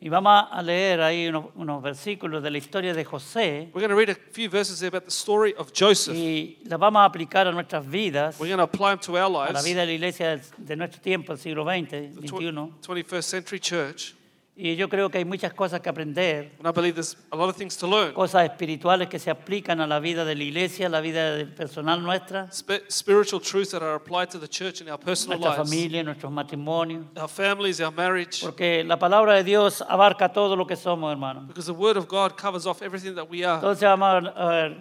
Y vamos a leer ahí unos, unos versículos de la historia de José We're going to read a few verses there about the story of Joseph. y las vamos a aplicar a nuestras vidas, We're going to apply them to our a la lives, vida de la iglesia del- de nuestro tiempo, el siglo XX, the tw- XXI. 21st century church. Y yo creo que hay muchas cosas que aprender, And I believe there's a lot of things to learn cosas espirituales que se aplican a la vida de la iglesia, a la vida de- personal nuestra, Sp- spiritual truths that are applied to the church in our personal nuestra lives, familia, nuestros matrimonios. our families, our marriage. Porque la palabra de Dios abarca todo lo que somos, hermano. Because the Word of God covers off everything that we are. Entonces vamos a, a ver,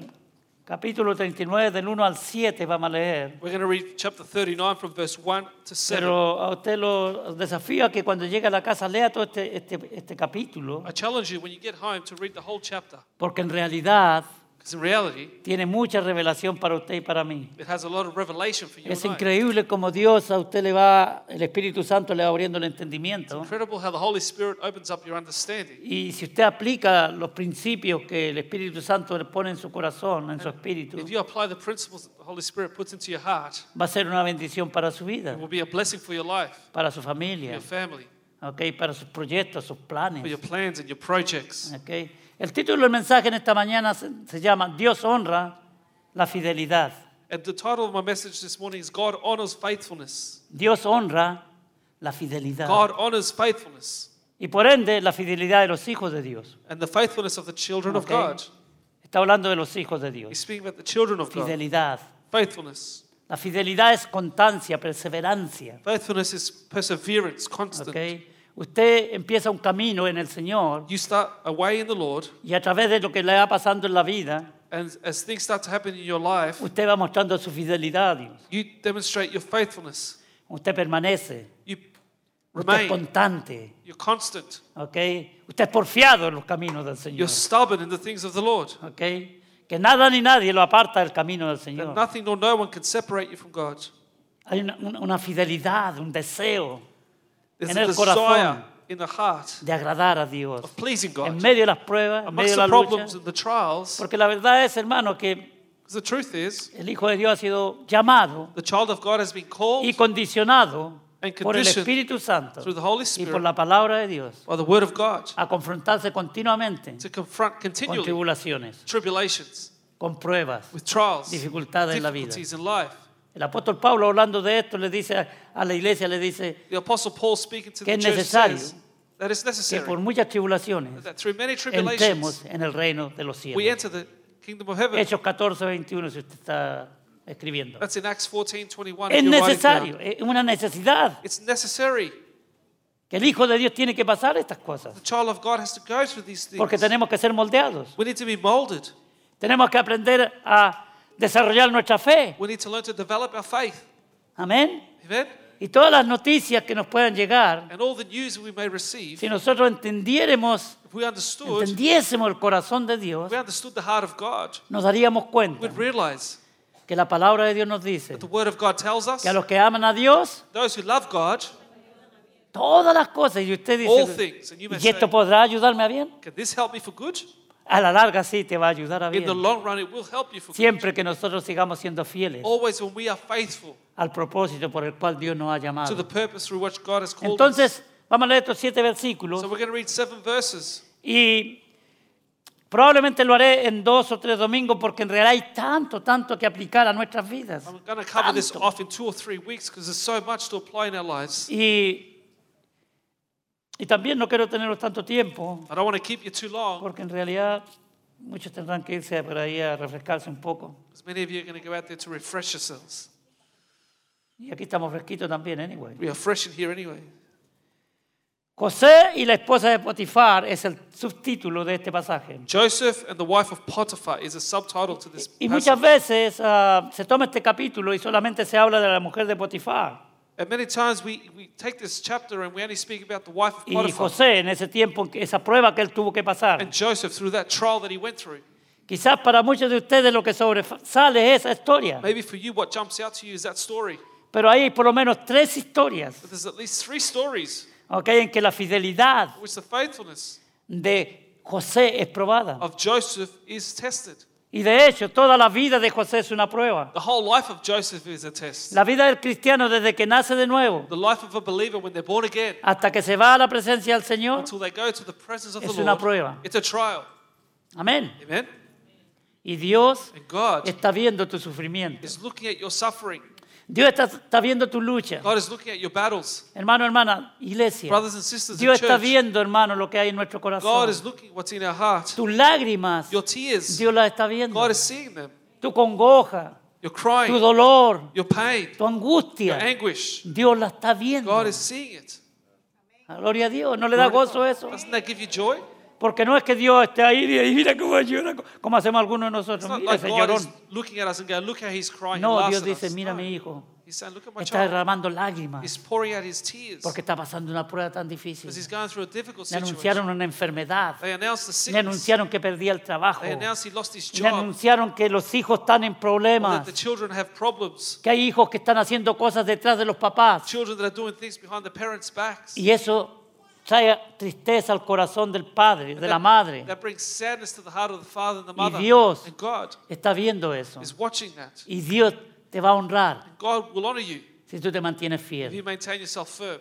capítulo 39, del 1 al 7 vamos a leer. We're going to read chapter 39 from verse 1 to 7. Pero a usted lo desafío a que cuando llegue a la casa lea todo este, este, este capítulo, I challenge you when you get home to read the whole chapter. porque en realidad Because in reality, tiene mucha revelación para usted y para mí. it has a lot of revelation for you. Es and I. increíble como Dios a usted le va, el Espíritu Santo le va abriendo el entendimiento. Incredible how the Holy Spirit opens up your understanding. Y si usted aplica los principios que el Espíritu Santo le pone en su corazón, en su espíritu, If you apply the principles that the Holy Spirit puts into your heart, va a ser una bendición para su vida, it will be a blessing for your life, para su for familia, your family, ¿ok? para sus proyectos, sus for planes. your plans and your projects. ¿ok? El título del mensaje en esta mañana se, se llama Dios honra la fidelidad. And the title of my message this morning is God honors faithfulness. Dios honra la fidelidad. God honors faithfulness Y por ende, la fidelidad de los hijos de Dios. and the faithfulness of the children of Okay. God. Está hablando de los hijos de He's Dios. speaking about the children of God. Fidelidad. Faithfulness. La fidelidad es constancia, perseverancia. Faithfulness is perseverance, constant. ¿ok? Usted empieza un camino en el Señor You start away in the Lord, y a través de lo que le va pasando en la vida, and as things start to happen in your life, usted va mostrando su fidelidad a Dios. you demonstrate your faithfulness. Usted permanece. You Usted es remain. constante. You're constant. ¿ok? Usted es porfiado en los caminos del Señor. You're stubborn in the things of the Lord. ¿ok? Que nada ni nadie lo aparta del camino del That Señor. nothing nor no one can separate you from God. Hay una, una- una fidelidad, un deseo There's En a el desire corazón. in the heart de agradar a Dios of pleasing en God. medio de las pruebas, en medio Amongst de la the problems and lucha. the trials, Porque la verdad es, hermano, que 'cause the truth is, el Hijo de Dios ha sido llamado the child of God has been y called condicionado And por el conditioned Espíritu Santo through the Holy y por Spirit la palabra de Dios by the word of God a confrontarse continuamente to confront Ah. con continually tribulaciones, tribulations, con pruebas. with trials, Dificultades en la vida. difficulties in life. El apóstol Pablo hablando de esto le dice a- a la iglesia, le dice, The Apostle Paul speaking to Que the es church necesario says that it's que por necessary muchas tribulaciones that through many tribulations entremos en el reino de los we cielos. enter the kingdom of heaven. Hechos 14, 21, si usted está escribiendo. That's in Acts 14, 21. Es if you're writing down. necesario, es una necesidad It's necessary. que el Hijo de Dios tiene que pasar estas The cosas, child of God has to go through these things. porque tenemos que ser moldeados, We need to be molded. tenemos que aprender a desarrollar nuestra fe, We need to learn to develop our faith. amén. Amen? Y todas las noticias que nos puedan llegar, And all the news we may receive, si nosotros entendiéramos, if we understood, if entendiésemos el corazón de Dios, we understood the heart of God, nos daríamos cuenta we'd realize que la palabra de Dios nos dice that the word of God tells us que a los que aman a Dios, those who love God, todas las cosas, y usted all dice, things. And you may ¿y say, esto podrá ayudarme a bien? can this help me for good? A la larga sí te va a ayudar a In the bien. long run, it will help you for good. Siempre que nosotros sigamos siendo fieles Always when we are faithful al propósito por el cual Dios nos ha to the llamado. purpose through which God has called us. Entonces, vamos a leer estos siete So versículos we're going to read seven verses. y probablemente lo haré en dos o tres domingos porque en realidad hay tanto, tanto que aplicar a nuestras vidas. I'm going to cover this Tanto. off in two or three weeks because there's so much to apply in our lives. Y, y también no quiero teneros tanto tiempo I don't want to keep you too long porque en realidad muchos tendrán que irse por ahí a refrescarse un poco. because many of you are going to go out there to refresh yourselves. Y aquí estamos fresquitos también, anyway. We are fresh in here anyway. José y la esposa de Potifar es el subtítulo de este pasaje. Joseph and the wife of Potiphar is a subtitle to this Y passage. muchas veces ah, se toma este capítulo y solamente se habla de la mujer de Potifar. And many times we, we take this chapter and we only speak about the wife of Y Potiphar José, en ese tiempo, en que- esa prueba que él tuvo que pasar, and Joseph through that trial that he went through. quizás para muchos de ustedes lo que sobresale es esa historia. Maybe for you, what jumps out to you is that story. Pero ahí hay por lo menos tres historias But there's at least three stories ¿ok? en que la fidelidad in which the faithfulness de José es probada. of Joseph is tested. Y de hecho, toda la vida de José es una prueba. The whole life of Joseph is a test. La vida del cristiano desde que nace de nuevo The life of a believer when they're born again hasta que se va a la presencia del Señor. until they go to the presence of Es the una Lord. prueba. It's a trial. Amén. Amen. Y Dios And God está viendo tu sufrimiento. is looking at your suffering. Dios está, está viendo tu lucha. God is looking at your battles. Hermano, hermana, iglesia. Brothers and sisters in Dios está church, viendo, hermano, lo que hay en nuestro God corazón. is looking at what's in our heart. Tus lágrimas, Your tears, Dios las está viendo. God is seeing them. Tu congoja, Your tu crying, dolor, your pain, tu your angustia. anguish. Dios la está viendo. God is seeing it. Gloria a Dios. ¿No le da gozo eso? Doesn't that give you joy? Porque no es que Dios esté ahí y mira cómo llora, como hacemos algunos de It's nosotros. not Mira like ese God is llorón. looking at us and going, look how he's crying. and No, laughs Dios at dice, us." mira No. mi hijo, He's saying, look at my está child. derramando lágrimas He's pouring out his tears porque está pasando una prueba tan because he's difícil. going through a difficult Le situation. anunciaron una enfermedad, They announced the le sickness. anunciaron que perdía el trabajo, They le announced he lost his job. anunciaron que los hijos están en or That the problemas, children have problems. que hay hijos que están haciendo cosas detrás de los papás. Children that are doing things behind the parents' backs. Y eso trae tristeza al corazón del padre, de la madre. That brings sadness to the heart of the father and the mother. Dios- and God Está viendo eso. is watching that. Y Dios te va a honrar God will honor you si tú te mantienes if fiel. you maintain yourself firm.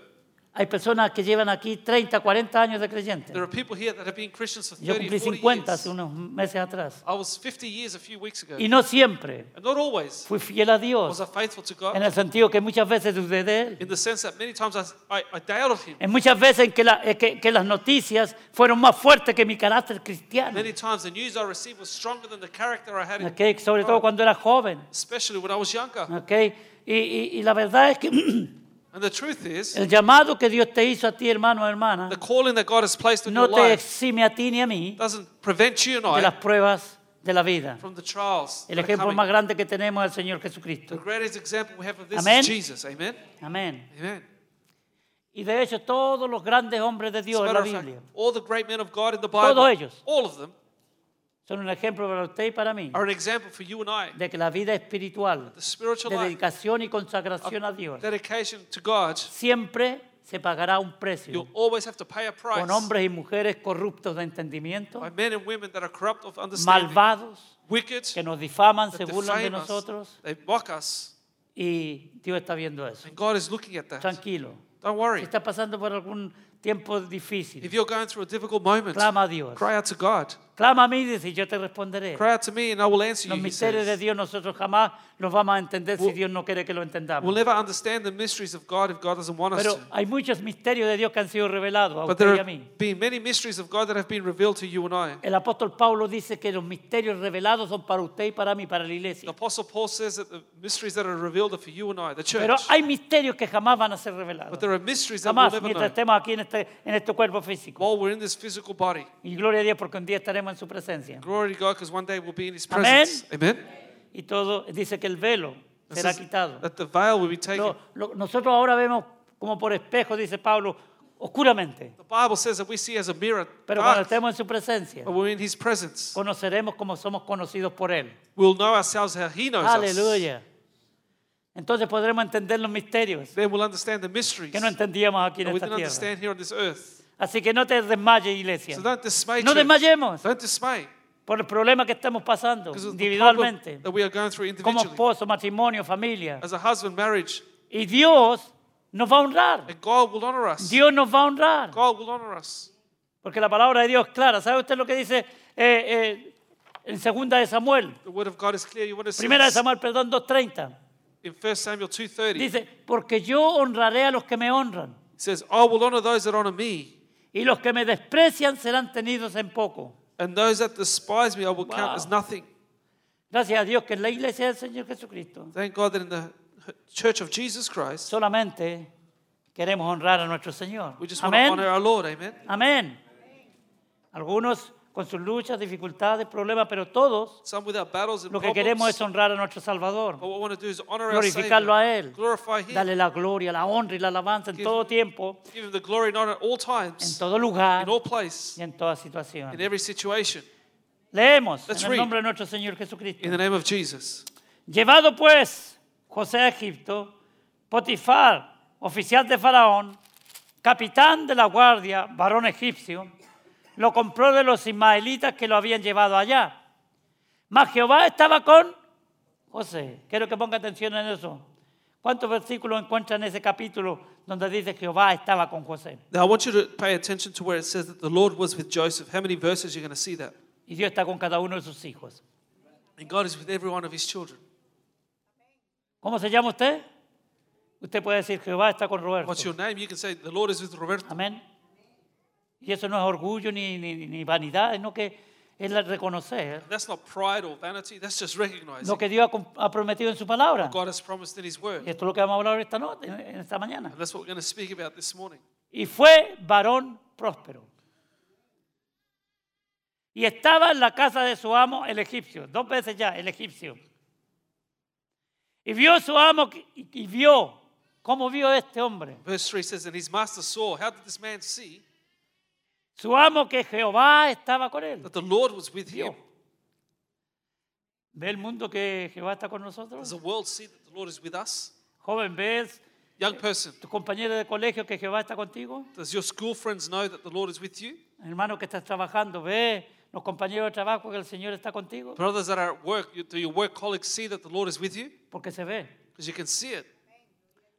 Hay personas que llevan aquí 30, 40 años de There creyentes. are people here that have been Christians for Yo 30, 40 cumplí 50 hace years. unos meses atrás. I was 50 years a few weeks ago. Y no siempre And not always fui fiel a was Dios, I faithful to en God el sentido que muchas veces dudé de Él. in the sense that many times I, I, I doubted Him. En muchas veces en que, la- eh, que- que las noticias fueron más fuertes que mi carácter cristiano. Many times the news I received was stronger than the character I had in ¿ok? Sobre todo cuando era joven. especially when I was younger. ¿ok? Y, y- y la verdad es que el And the truth is, llamado que Dios te hizo a ti, hermano o hermana, the calling that God has placed in no your te life exime a ti ni a mí doesn't prevent you and de las I pruebas de la vida. from the trials. El that are ejemplo coming. más grande que tenemos es el Señor The Jesucristo. greatest example we have of this Amen. is Jesus. Amen. Amén. Amen. Y de hecho, todos los grandes hombres de As a Dios en matter la of fact, Biblia all the great men of God in the Bible, Todos ellos. all of them, son un ejemplo para usted y para mí are an example for you and I. de que la vida espiritual, The spiritual de life, dedicación y consagración a Dios, dedication to God, siempre se pagará un precio you'll always have to pay a price con hombres y mujeres corruptos de entendimiento, by men and women that are corrupt of understanding, malvados, wicked, que nos difaman, se that burlan de defame us, nosotros. they mock us, Y Dios está viendo eso. and God is looking at that. Tranquilo. Don't Si worry. está pasando por algún tiempo difícil, If you're going through a difficult moment, clama a Dios. cry out to God. Clama a mí, dice, y yo te responderé. Cry out to me, and I will answer you. Los He misterios de says. Dios nosotros jamás los vamos a entender si We'll- Dios no quiere que lo We'll entendamos. never understand the mysteries of God if God doesn't want us Pero to. hay muchos misterios de Dios que han sido revelados a But usted there y a have mí. been many mysteries of God that have been revealed to you and I. El apóstol Pablo dice que los misterios revelados son para usted y para mí, para la iglesia. The Apostle Paul says that the mysteries that are revealed are for you and I, the church. Pero hay misterios que jamás van a ser But revelados. there are mysteries that we'll Jamás, never mientras know estemos aquí en este, en este cuerpo físico. while we're in this physical body. Y gloria a Dios porque un día estaremos en su presencia. Glory to God, because one day we'll be in His Amen. presence. Amen. Y todo, dice que el velo It será says quitado. That the veil will be taken. Lo- lo- nosotros ahora vemos como por espejo, dice Pablo, oscuramente. The Bible says that we see as a mirror. Pero cuando dark, estemos en su presencia, but we're in His presence. conoceremos como somos conocidos por Él. We'll know ourselves how He knows us. Aleluya. Entonces podremos entender los misterios Then we'll understand the mysteries que no entendíamos aquí en that we esta didn't tierra. understand here on this earth. Así que no te desmayes, iglesia. So don't dismay. No church. desmayemos Don't dismay por el problema que estamos pasando because of the problem individualmente, that we are going through como individually. esposo, matrimonio, familia. As a husband, marriage, Y Dios nos va a honrar. and God will honor us. Dios nos va a honrar. God will honor us. Porque la palabra de Dios es clara. ¿Sabe usted lo que dice eh, eh, en segunda de Samuel? The word of God is clear. You want to see Primera de this Samuel, perdón, 2.30. in 1 Samuel 2.30. It Dice, porque yo honraré a los que me honran says, I will honor those that honor me, y los que me desprecian serán tenidos en poco. and those that despise me I will count Wow. as nothing. Gracias a Dios que en la iglesia del Señor Jesucristo Thank God that in the church of Jesus Christ, solamente queremos honrar a nuestro Señor. we just want to Amén. honor our Lord. Amen. Amén. Algunos con sus luchas, dificultades, problemas, pero todos Some without battles and lo que queremos problems. es honrar a nuestro Salvador, But what we want to do is honor our glorificarlo a Savior, Él, glorify Him, darle la gloria, la honra y la alabanza en Give- todo tiempo, give Him the glory and honor at all en times, todo lugar in all place, y en toda in situación. every situation. Leemos Let's en el read. nombre de nuestro Señor Jesucristo. In the name of Jesus. Llevado pues José a Egipto, Potifar, oficial de Faraón, capitán de la guardia, varón egipcio, lo compró de los ismaelitas que lo habían llevado allá. Mas Jehová estaba con José. Quiero que ponga atención en eso. ¿Cuántos versículos encuentra en ese capítulo donde dice Jehová estaba con José? Now I want you to pay attention to where it says that the Lord was with Joseph. How many verses you're going to see that? Y Dios está con cada uno de sus hijos. And God is with every one of His children. ¿Cómo se llama usted? Usted puede decir Jehová está con Roberto. What's your name? You can say the Lord is with Roberto. Amén. Y eso no es orgullo ni, ni, ni vanidad, es lo que es la- reconocer That's not pride or vanity. That's just recognizing lo que Dios ha com- ha prometido en su palabra. God has promised in His Word. Y esto es lo que vamos a hablar esta noche, en- en esta mañana. And that's what we're going to speak about this morning. Y fue varón próspero. Y estaba en la casa de su amo, el egipcio, dos veces ya, el egipcio. Y vio su amo que- y, y vio, ¿cómo vio este hombre? Verse 3 says, And his master saw. How did this man see Su amo que Jehová estaba con él. that the Lord was with him? Vio. ¿Ve el mundo que Jehová está con nosotros? Does the world see that the Lord is with us? Joven, ¿ves Young person, tu compañero de colegio que Jehová está contigo? does your school friends know that the Lord is with you? Hermano que estás trabajando, ¿ves los compañeros de trabajo que el Señor está contigo? Brothers that are at work, you- do your work colleagues see that the Lord is with you? Porque se ve, Because you can see it.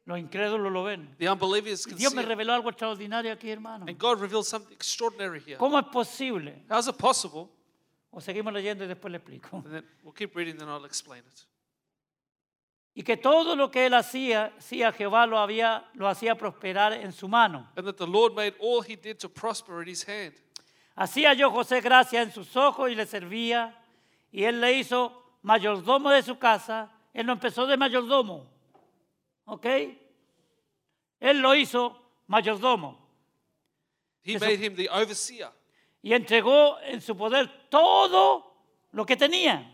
los incrédulos lo ven. The unbelievers can Dios see me it. reveló algo extraordinario aquí, hermano. And God reveals something extraordinary here. ¿Cómo es posible? How's it possible? O seguimos leyendo y después le explico. And then we'll keep reading, then I'll explain it. Y que todo lo que él hacía, hacía Jehová lo, había, lo hacía prosperar en su mano. And that the Lord made all he did to prosper in his hand. Hacía yo José gracia en sus ojos y le servía. Y él le hizo mayordomo de su casa. Él no empezó de mayordomo. ¿Ok? Él lo hizo mayordomo. He Yes, made him the overseer. Y entregó en su poder todo lo que tenía.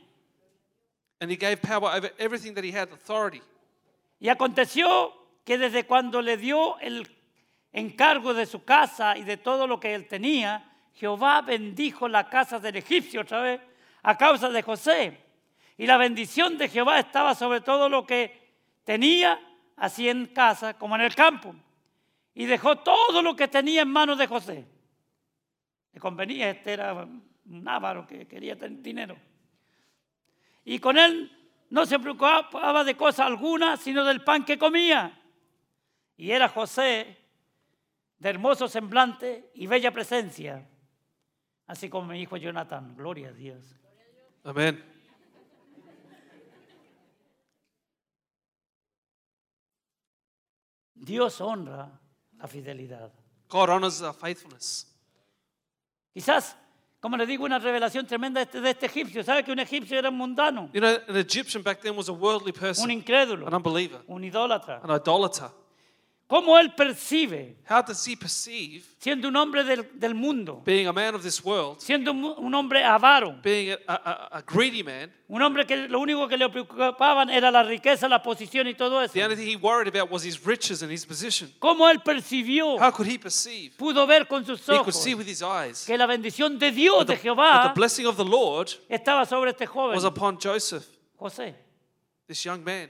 And he gave power over everything that he had authority. Y aconteció que desde cuando le dio el encargo de su casa y de todo lo que él tenía, Jehová bendijo la casa del egipcio otra vez a causa de José. Y la bendición de Jehová estaba sobre todo lo que tenía, así en casa como en el campo. Y dejó todo lo que tenía en manos de José. Le convenía, este era un avaro que quería tener dinero. Y con él no se preocupaba de cosa alguna, sino del pan que comía. Y era José de hermoso semblante y bella presencia, así como mi hijo Jonathan. Gloria a Dios. Amen. Dios honra la fidelidad. God honors our faithfulness. Quizás, como le digo, una revelación tremenda de este, de este egipcio. ¿Sabe que un egipcio era un mundano, You know, an Egyptian back then was a worldly un person, incrédulo, an unbeliever, un idólatra? an idolater. ¿Cómo él percibe, How does he perceive siendo un hombre del, del mundo, being a man of this world, siendo un- un hombre avaro, being a, a- a, a greedy man? Un hombre que lo único que le preocupaban era la riqueza, la posición y todo eso. The only thing he worried about was his riches and his position. ¿Cómo él percibió, How could he perceive? pudo ver con sus He could ojos see with his eyes que la bendición de Dios, de that the Jehová, blessing of the Lord estaba sobre este joven, was upon Joseph, José? this young man.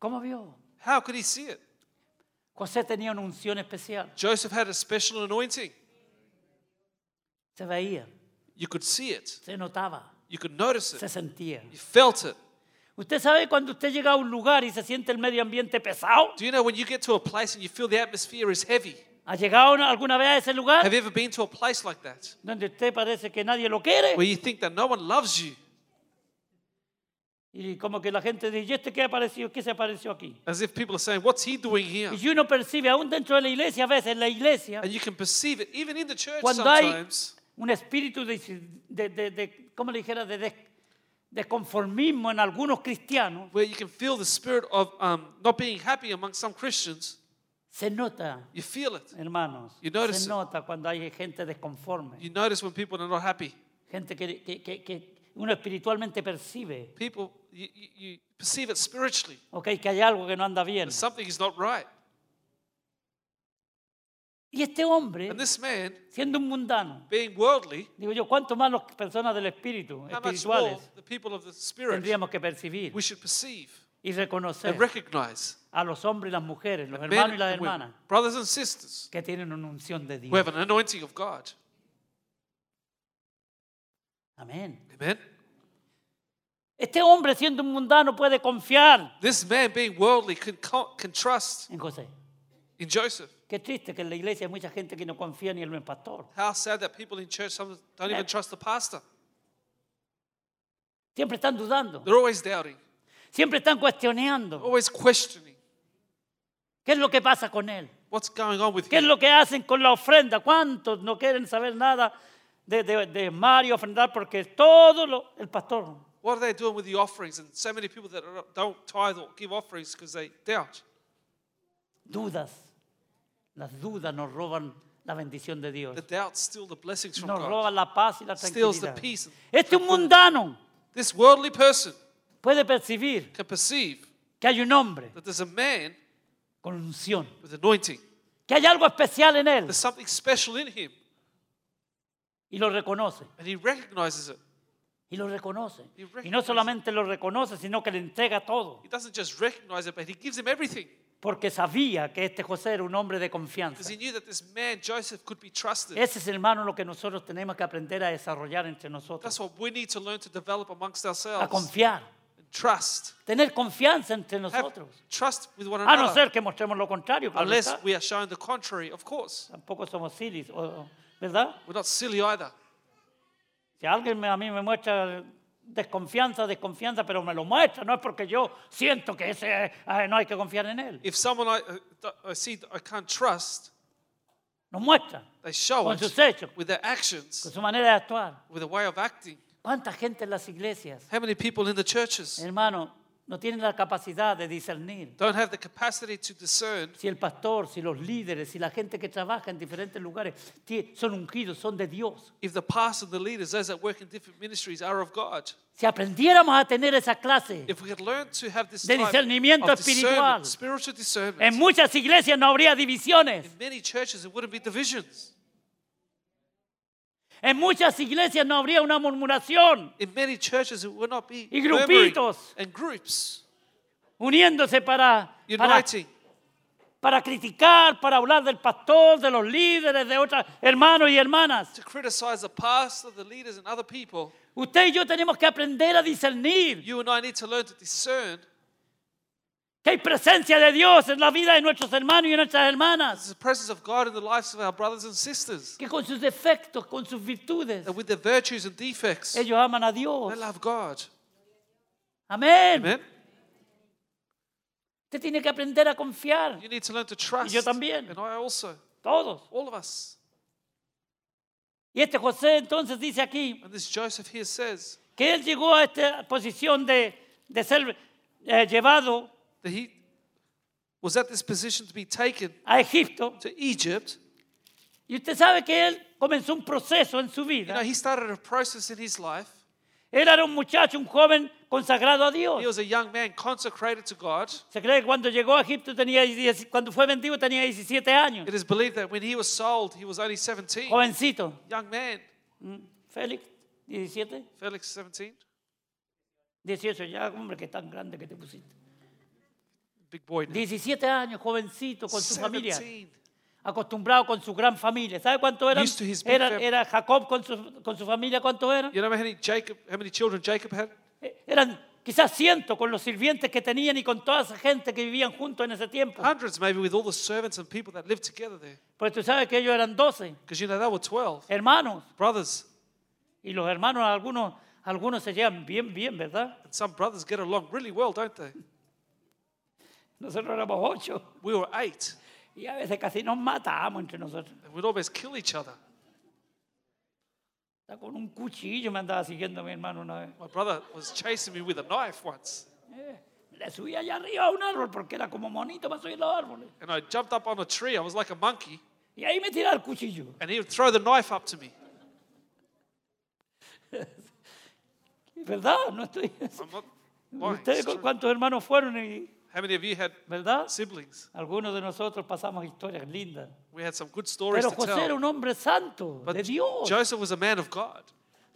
¿Cómo vio? How could he see it? José tenía una unción especial, Joseph had a special anointing. se veía, You could see it, se notaba, you could notice se it, sentía. you felt it. Usted sabe cuando usted llega a un lugar y se siente el medio ambiente pesado. Do you know when you get to a place and you feel the atmosphere is heavy? ¿Ha llegado alguna vez a ese lugar Have you ever been to a place like that donde usted parece que nadie lo quiere? where you think that no one loves you? Y como que la gente dice, ¿y este qué apareció? ¿Qué se apareció aquí? As if people are saying, What's he doing here? Y uno percibe, aún dentro de la iglesia, a veces en la iglesia, And you can perceive it even in the church Cuando hay- sometimes. un espíritu de, de, de- de- ¿cómo le dijera?, de des- desconformismo en algunos cristianos, where you can feel the spirit of um, not being happy among some Christians. Se nota, You feel it. hermanos, You notice se it. nota cuando hay gente desconforme, You notice when people are not happy. gente que, que- que- que uno espiritualmente percibe, People, you, you, you perceive it spiritually. ok, que hay algo que no anda bien. that Something is not right. Y este hombre, And this man, siendo un mundano, being worldly, digo yo, ¿cuánto más las personas del espíritu, how much more espirituales, the people of the spirit tendríamos que percibir we should perceive y reconocer and recognize a los hombres y las mujeres, los men hermanos y las and women, hermanas, brothers and sisters que tienen una unción de who Dios? have an anointing of God. Amén. Amen. Este hombre, siendo un mundano, puede confiar This man, being worldly, can, co- can trust en José. in Joseph. Qué triste que en la iglesia hay mucha gente que no confía ni en el pastor. How sad that people in church some don't even trust the pastor. Siempre están dudando, They're always doubting, siempre están cuestionando always questioning qué es lo que pasa con él, what's going on with qué es him. lo que hacen con la ofrenda. ¿Cuántos no quieren saber nada de, de, de Mario ofrendar porque es todo lo, el pastor? What are they doing with the offerings? And so many people that are- don't tithe or give offerings because they doubt. Dudas. Las dudas nos roban la bendición de Dios. The doubt steal the blessings from Nos God. roban la paz y la Steals the tranquilidad. peace. Este un mundano This worldly person puede percibir can perceive que hay un hombre that there's a man con unción, with anointing. que hay algo especial en él There's something special in him, y lo reconoce. and he recognizes it. Y lo reconoce. He Y no recognizes- solamente lo reconoce, sino que le entrega todo. He doesn't just recognize it, but he gives him everything Porque sabía que este José era un hombre de confianza. because he knew that this man, Joseph, could be trusted. Ese es, hermano, lo que nosotros tenemos que aprender a desarrollar entre nosotros. That's what we need to learn to develop amongst A ourselves confiar. and trust. Tener confianza entre Have nosotros. trust with one A no another, ser que mostremos lo contrario. claro unless está. we are shown the contrary, of course. Tampoco somos sillies, o- o- ¿verdad? We're not silly either. Si alguien me- a mí me muestra desconfianza, desconfianza, pero me lo muestra, no es porque yo siento que ese eh, no hay que confiar en él. If someone I, uh, I see that I can't trust, Nos muestra they show con it sus hechos, with their con actions, su manera de actuar. with their way of acting. ¿Cuánta gente en las iglesias, How many people in the churches hermano, no tienen la capacidad de discernir don't have the capacity to discern si el pastor, si los líderes, si la gente que trabaja en diferentes lugares ti- son ungidos, son de Dios? if the pastors, the leaders, those that work in different ministries are of God. Si aprendiéramos a tener esa clase, If we could learn to have this De type discernimiento of discernment, espiritual. spiritual en discernment, muchas iglesias no habría divisiones. in many churches it wouldn't be divisions. En muchas iglesias no habría una murmuración In many churches it would not be Y murmuring grupitos. and groups uniéndose para, para, uniting para criticar, para hablar del pastor, de los líderes, de otros hermanos y hermanas. to criticize the pastor, the leaders, and other people. Usted y yo tenemos que aprender a discernir You and I need to learn to discern. que hay presencia de Dios en la vida de nuestros hermanos y de nuestras hermanas, It's the presence of God in the lives of our brothers and sisters. que con sus defectos, con sus virtudes, That with their virtues and defects, they ellos aman a Dios. love God. Amén. Amen. Usted tiene que aprender a confiar, You need to learn to trust. también. And I also. todos. All of us. Y este José entonces dice aquí And this Joseph here says que él llegó a esta posición de, de ser eh, llevado that he was at this position to be taken a Egipto to Egypt. Y usted sabe que él comenzó un proceso en su You know, vida. he started a process in his life. Él era un muchacho, un joven consagrado a He Dios. was a young man consecrated to God. Se cree que cuando llegó a Egipto tenía, 10 cuando fue vendido tenía 17 años. It is believed that when he was sold, he was only 17. Jovencito. Mm, Young man. Félix, 17, Felix, 17. 18, ya, hombre, que tan grande que te pusiste. Big boy now. 17 años, jovencito, con su familia, 17. acostumbrado con su gran familia. ¿Sabe cuánto eran? Used to his big Era, family. era Jacob con su, con su familia, ¿cuánto eran? You know how many Jacob, how many children Jacob had? Eh, Eran quizás cientos con los sirvientes que tenían y con toda esa gente que vivían juntos en ese tiempo. Hundreds, maybe, with all the servants and people that lived together there. Pues tú sabes que ellos eran 12 Because you know they were 12 hermanos. brothers, Y los hermanos, algunos, algunos se llevan bien, bien, ¿verdad? and some brothers get along really well, don't they? Nosotros éramos ocho. We were eight, Y a veces casi nos matamos entre nosotros. and we'd almost kill each other. Hasta Con un cuchillo me andaba siguiendo mi hermano una vez. My brother was chasing me with a knife once. Eh, le subí allá arriba a un árbol porque era como monito para subir los árboles. And I jumped up on a tree. I was like a monkey. Y ahí me tiraba el cuchillo. And he would throw the knife up to me. ¿Verdad? No estoy... I'm not lying. ¿Ustedes It's cu- true. cuántos hermanos fueron? Y, How many of you had ¿Verdad? siblings? Algunos de nosotros pasamos historias lindas. We had some good stories Pero to José era tell. un hombre santo, de But Dios. Joseph was a man of God.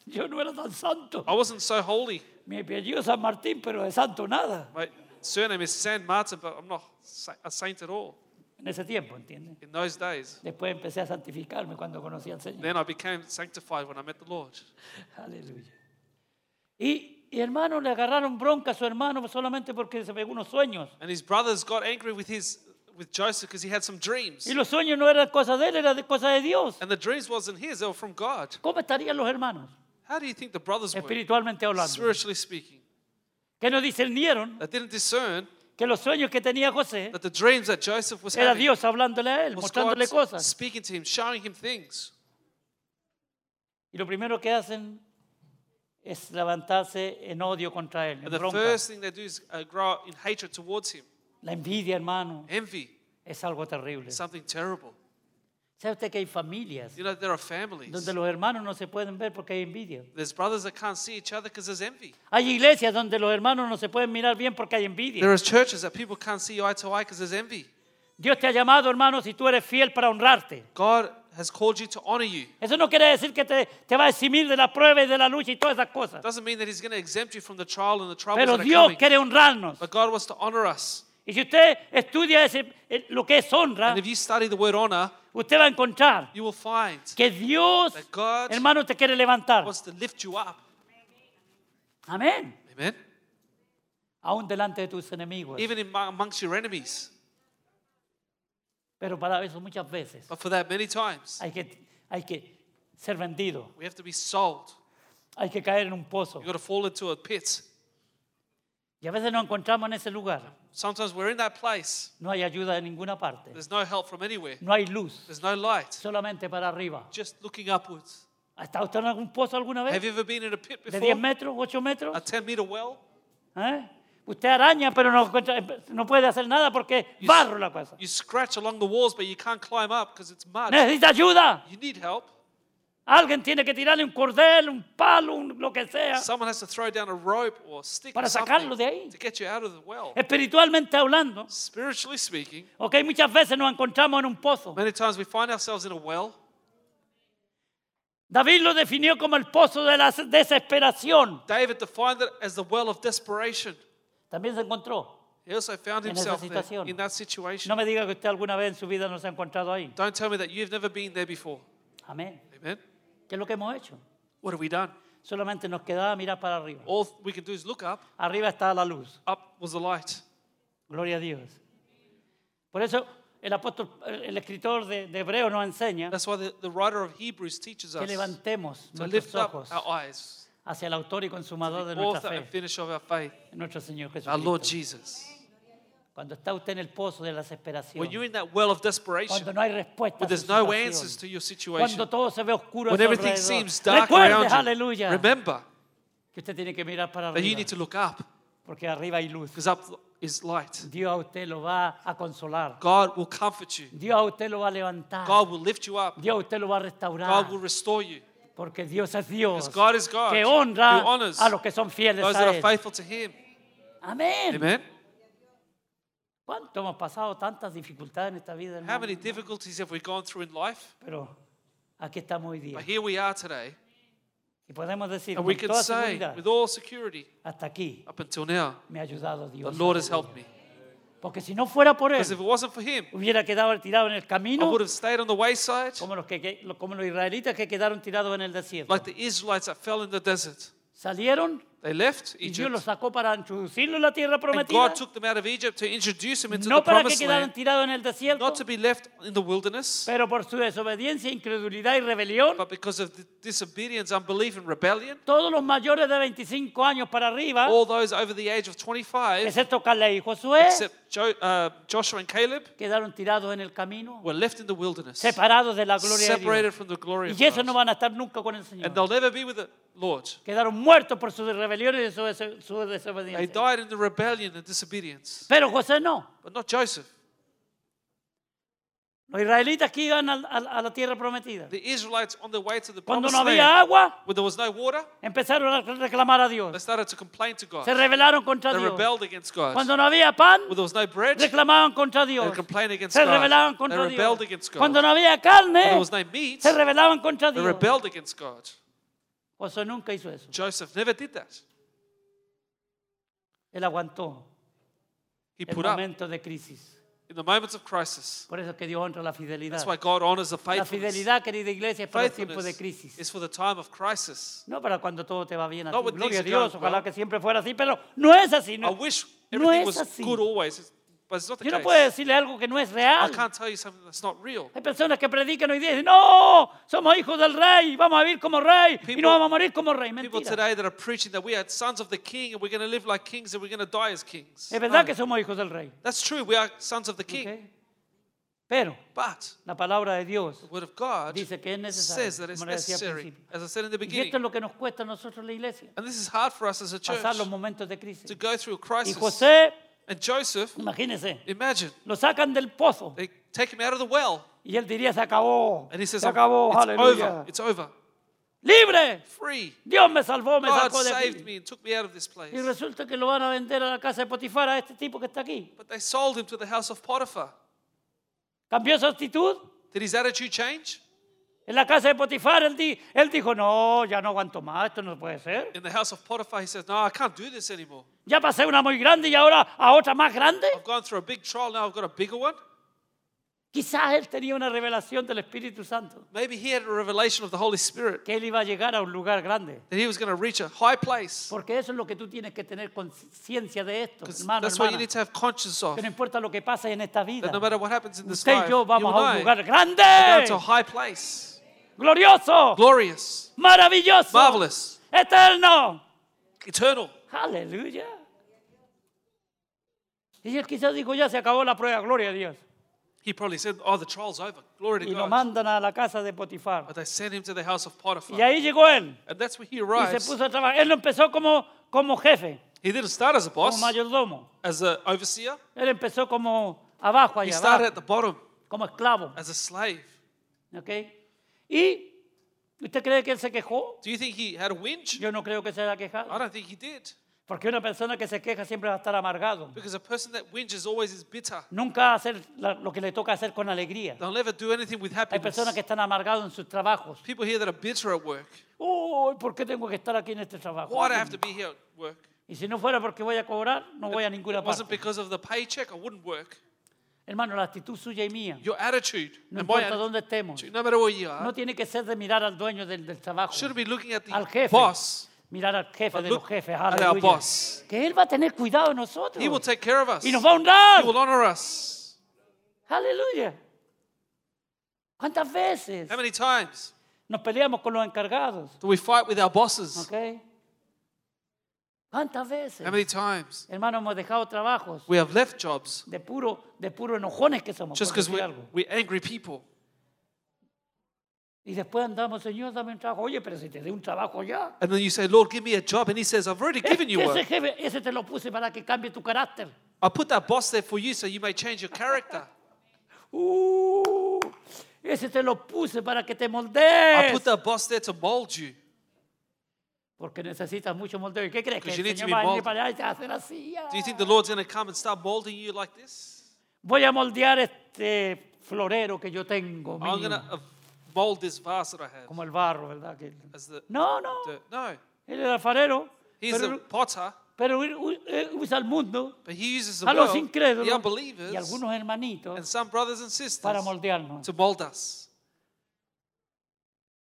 Yo no era tan santo. I wasn't so holy. Mi apellido es San Martín, pero de santo nada. My surname is San Martin, but I'm not sa- a saint at all En ese tiempo, ¿entiendes? in those days. Después empecé a santificarme cuando conocí al Señor. Then I became sanctified when I met the Lord. Aleluya. Y, y hermano, le agarraron bronca a su hermano solamente porque se pegó unos sueños. And his brothers got angry with his with Joseph because he had some dreams. Y los sueños no eran cosa de él, era de cosa de Dios. And the dreams wasn't his, they were from God. ¿Cómo estarían los hermanos? How do you think the brothers were, Espiritualmente hablando. spiritually speaking? Que no discernieron They didn't discern que los sueños que tenía José that the dreams that Joseph was era having Dios hablándole a él, was mostrándole God cosas. speaking to him, showing him things. Y lo primero que hacen es levantarse en odio contra él, en And the bronca. first thing they do is uh, grow up in hatred towards him. La envidia, hermano, Envy, es algo terrible. something terrible. ¿Sabe usted que hay familias You know, there are families. donde los hermanos no se pueden ver porque hay envidia? There's brothers that can't see each other because there's envy. Hay iglesias donde los hermanos no se pueden mirar bien porque hay There envidia. are churches that people can't see eye to eye because there's envy. Dios te ha llamado, hermano, si tú eres fiel para honrarte. God has called you to honor you. Eso no quiere decir que te, te va a eximir de la prueba y de la lucha y todas esas cosas. Doesn't mean that He's going to exempt you from the trial and the troubles Pero that are Dios coming. quiere honrarnos. But God wants to honor us. Y si usted estudia ese- eh, lo que es honra, And if you study the word honor, usted va a encontrar you will find que Dios, that God hermano, te quiere levantar. wants to lift you up. Amén. Amen. Aún delante de tus enemigos. Even in, amongst your enemies. Pero para eso muchas veces But for that, many times, hay que, hay que ser vendido. we have to be sold. Hay que caer en un pozo. You've got to fall into a pit. Y a veces nos encontramos en ese lugar. Sometimes we're in that place. No hay ayuda de ninguna parte. There's no help from anywhere. No hay luz. There's no light. Solamente para arriba. Just looking upwards. ¿Ha estado usted en algún pozo alguna Have vez? you ever been in a pit ¿De 10 before? metros? ¿8 A metros? 10 meter well? ¿Eh? Usted araña, pero no, encuentra- no puede hacer nada porque es You- barro la cosa. You scratch along the walls, but you can't climb up because it's mud. Necesita ayuda. You need help. Alguien tiene que tirarle un cordel, un palo, un- lo que sea. Someone has to throw down a rope or stick Para or sacarlo de ahí. something to get you out of the well. Espiritualmente hablando, Spiritually speaking, ok, muchas veces nos encontramos en un pozo. many times we find ourselves in a well. David lo definió como el pozo de la desesperación. David defined it as the well of desperation. También se encontró. He also found En esa himself there, situación. in that situation. No me diga que usted alguna vez en su vida no se ha encontrado ahí. Don't tell me that you've never been there before. Amén. Amen. ¿Qué es lo que hemos hecho? What have we done? Solamente nos quedaba mirar para arriba. All we can do is look up. Arriba está la luz. Up was the light. Gloria a Dios. Por eso el apóstol, el escritor de, de Hebreo nos enseña That's why the, the writer of Hebrews teaches que us to levantemos nuestros lift up ojos our eyes hacia el autor y consumador de author nuestra and fe. finisher of our faith, nuestro Señor our Lord Jesucristo. Jesus. Cuando está usted en el pozo de la desesperación, When you're in that well of cuando desperation, no hay respuesta, a when su there's no situación, answers to your situation, cuando todo se ve oscuro, a when su everything alrededor, seems dark recuerde, around you, aleluya, remember que usted tiene que mirar para that you arriba, need to look up porque arriba hay luz. because up is light. Dios a usted lo va a consolar, God will comfort you. Dios a usted lo va a levantar, God will lift you up. Dios a usted lo va a restaurar, God will restore you. porque Dios es Dios, Because God is God, que honra who honors a los que son fieles Those that a are Él. faithful to Him. Amén. Amen. ¿Cuánto hemos pasado tantas dificultades en esta vida, How hermano? many difficulties have we gone through in life? Pero aquí estamos hoy día But here we are today, y podemos decir and we con can toda say seguridad, with all security, hasta aquí up until now, me ha ayudado the Dios. Lord has helped me. Porque si no fuera por Because if Él, it wasn't for Him, hubiera quedado tirado en el I camino would have stayed on the wayside como los, que- que, lo- como los israelitas que quedaron tirados en el desierto. like the Israelites that fell in the desert. Salieron They left y Dios los Egypt. sacó para introducirlos en la tierra And prometida. God took them out of Egypt to introduce them into the No para que promised quedaran land, tirados en el desierto, not to be left in the wilderness, pero por su desobediencia, incredulidad y rebelión, but because of the disobedience, unbelief, and rebellion. todos los mayores de 25 años para arriba, All those over the age of 25, excepto Caleb y Josué, except jo- uh, Joshua and Caleb, quedaron tirados en el camino, were left in the wilderness, separados de la gloria de separated Dios. from the glory of Y esos no God. van a estar nunca con el Señor. And they'll never be with the Lord. Quedaron muertos por su rebeliones y de su, des- su They desobediencia. died in the rebellion and disobedience, Pero José no. but not Joseph. Los israelitas que iban al- al- a la tierra prometida. The Israelites on their way to the Cuando promised no había land, agua, when there was no water, empezaron a reclamar a they Dios. started to complain to God. Se rebelaron contra They Dios. rebelled against God. Cuando no había pan, When there was no bread, they reclamaban contra Dios. complained against Se rebelaban God. They contra rebelled Dios. against God. Cuando When no había there carne, was no meat, se rebelaban contra they Dios. rebelled against God. José nunca hizo eso. Joseph never did that. Él aguantó He el put up momento de crisis. in the moments of crisis. Por eso es que Dios honra la fidelidad. That's why God honors the La faithfulness. fidelidad, querida iglesia, es para el tiempo de Faithfulness crisis. is for the time of crisis. No para cuando todo te va bien a Not ti. when Gloria a things are Dios, going ojalá well. que siempre fuera así, pero no es así. I No. wish No everything es was así. good always, it's- but it's not the Yo no case. puedo decirle algo que no es I real. can't tell you something that's not real. Hay personas que predican hoy día y dicen, no, somos hijos del rey, vamos a vivir como rey y People- no vamos a morir como rey. People Mentira. today that are preaching that we are sons of the king and we're going to live like kings and we're going to die as kings. Es verdad No. que somos hijos del rey. That's true, we are sons of the king. ¿ok? Pero But la palabra de Dios, the word of God Dice que es necesario, says that it's como le decía al necessary, principio. as I said in the y esto es beginning. lo que nos cuesta a nosotros la iglesia, And this is hard for us as a church pasar los to momentos de crisis. go through a Y crisis. José, And Joseph, imagínense, imagine, lo sacan del pozo they take him out of the well y él diría, se acabó, and he says, se "I'm- acabó, It's aleluya. over, it's over, Libre, free. Dios me salvó, me God sacó de saved aquí. me and took me out of this place. Y resulta que lo van a vender a la casa de Potifar a este tipo que está aquí. But they sold him to the house of Potiphar. ¿Cambió su actitud? Did his attitude change? En la casa de Potifar, él, di- él dijo, no, ya no aguanto más, esto no puede ser. In the house of Potiphar, he says, No, I can't do this anymore. Ya pasé una muy grande y ahora a otra más grande. I've gone through a big trial, now I've got a bigger one. Quizás él tenía una revelación del Espíritu Santo, Maybe he had a revelation of the Holy Spirit que él iba a llegar a un lugar grande. that he was going to reach a high place. Porque eso es lo que tú tienes que tener conciencia de esto, 'Cause hermano, That's what you hermana. need to have conscience of. Que no importa lo que pase en esta vida, That no matter what happens in this usted life, y you yo and I vamos a un lugar are going to a grande, high place. glorioso, Glorious, maravilloso, marvelous, eterno. eternal. Aleluya. Y él quizás dijo, ya se acabó la prueba, gloria a Dios. He probably said, Oh, the trial's over. Glory to Y lo God. mandan a la casa de Potifar. But they sent him to the house of Y Potiphar. ahí llegó él And that's where he y se arrives. puso a trabajar. Él no empezó como, como jefe, He didn't start as a como boss, mayordomo. as an overseer. Él empezó como abajo, He allá started abajo, at the bottom como esclavo. as a slave. ¿ok? ¿Y usted cree que él se quejó? Do you think he had a whinge? Yo no creo que se haya quejado. I don't think he did. Porque una persona que se queja siempre va a estar amargado. Because a person that whinges always is bitter. Nunca va a hacer la- lo que le toca hacer con alegría. They'll never do anything with Hay personas happiness. que están amargados en sus trabajos. People here that are bitter at work. Uy, ¿por qué tengo que estar aquí en este trabajo? Why do I have to be here at work? Y si no fuera porque voy a cobrar, no voy a ninguna It wasn't parte. because of the paycheck. I wouldn't work. Hermano, la actitud suya y mía, Your attitude and my no importa attitude, dónde estemos, no matter where you no are, tiene que ser de mirar al dueño del, del trabajo, shouldn't be looking at al the jefe, boss. mirar al jefe but de los look jefes, at our aleluya. boss. que él va a tener cuidado de nosotros He will take care of us. y nos He va a honrar, will honor us. aleluya. ¿Cuántas veces How many times nos peleamos con los encargados? do we fight with our bosses? ¿Ok? ¿Cuántas veces, How many times hermano, hemos dejado trabajos we have left jobs de puro, de puro enojones que somos? just por because decir we're, algo? we're angry people? Y después andamos, Señor, dame un trabajo. Oye, pero si te di un trabajo ya. And then you say, Lord, give me a job. And he says, I've already Es given you que ese work. jefe, ese te lo puse para que cambie tu carácter. I put that boss there for you so you may change your character. Uh, ese te lo puse para que te I put moldees. that boss there to mold you. Porque necesitas mucho moldeo. ¿Y qué crees? Que Because you el need to Señor be va a venir molded. para allá y te va a hacer así. ah. Do you think the Lord's going to come and start molding you like this? Voy a moldear este florero que yo tengo, I'm mío, going to uh, mold this vase that I have como el barro, ¿verdad? Que- as the No, no. dirt. No, Él es alfarero, he's a pero, potter, pero él u- eh, usa el mundo but he uses the a los world, the incrédulos unbelievers, y algunos and hermanitos some brothers and para sisters moldearnos. to mold us.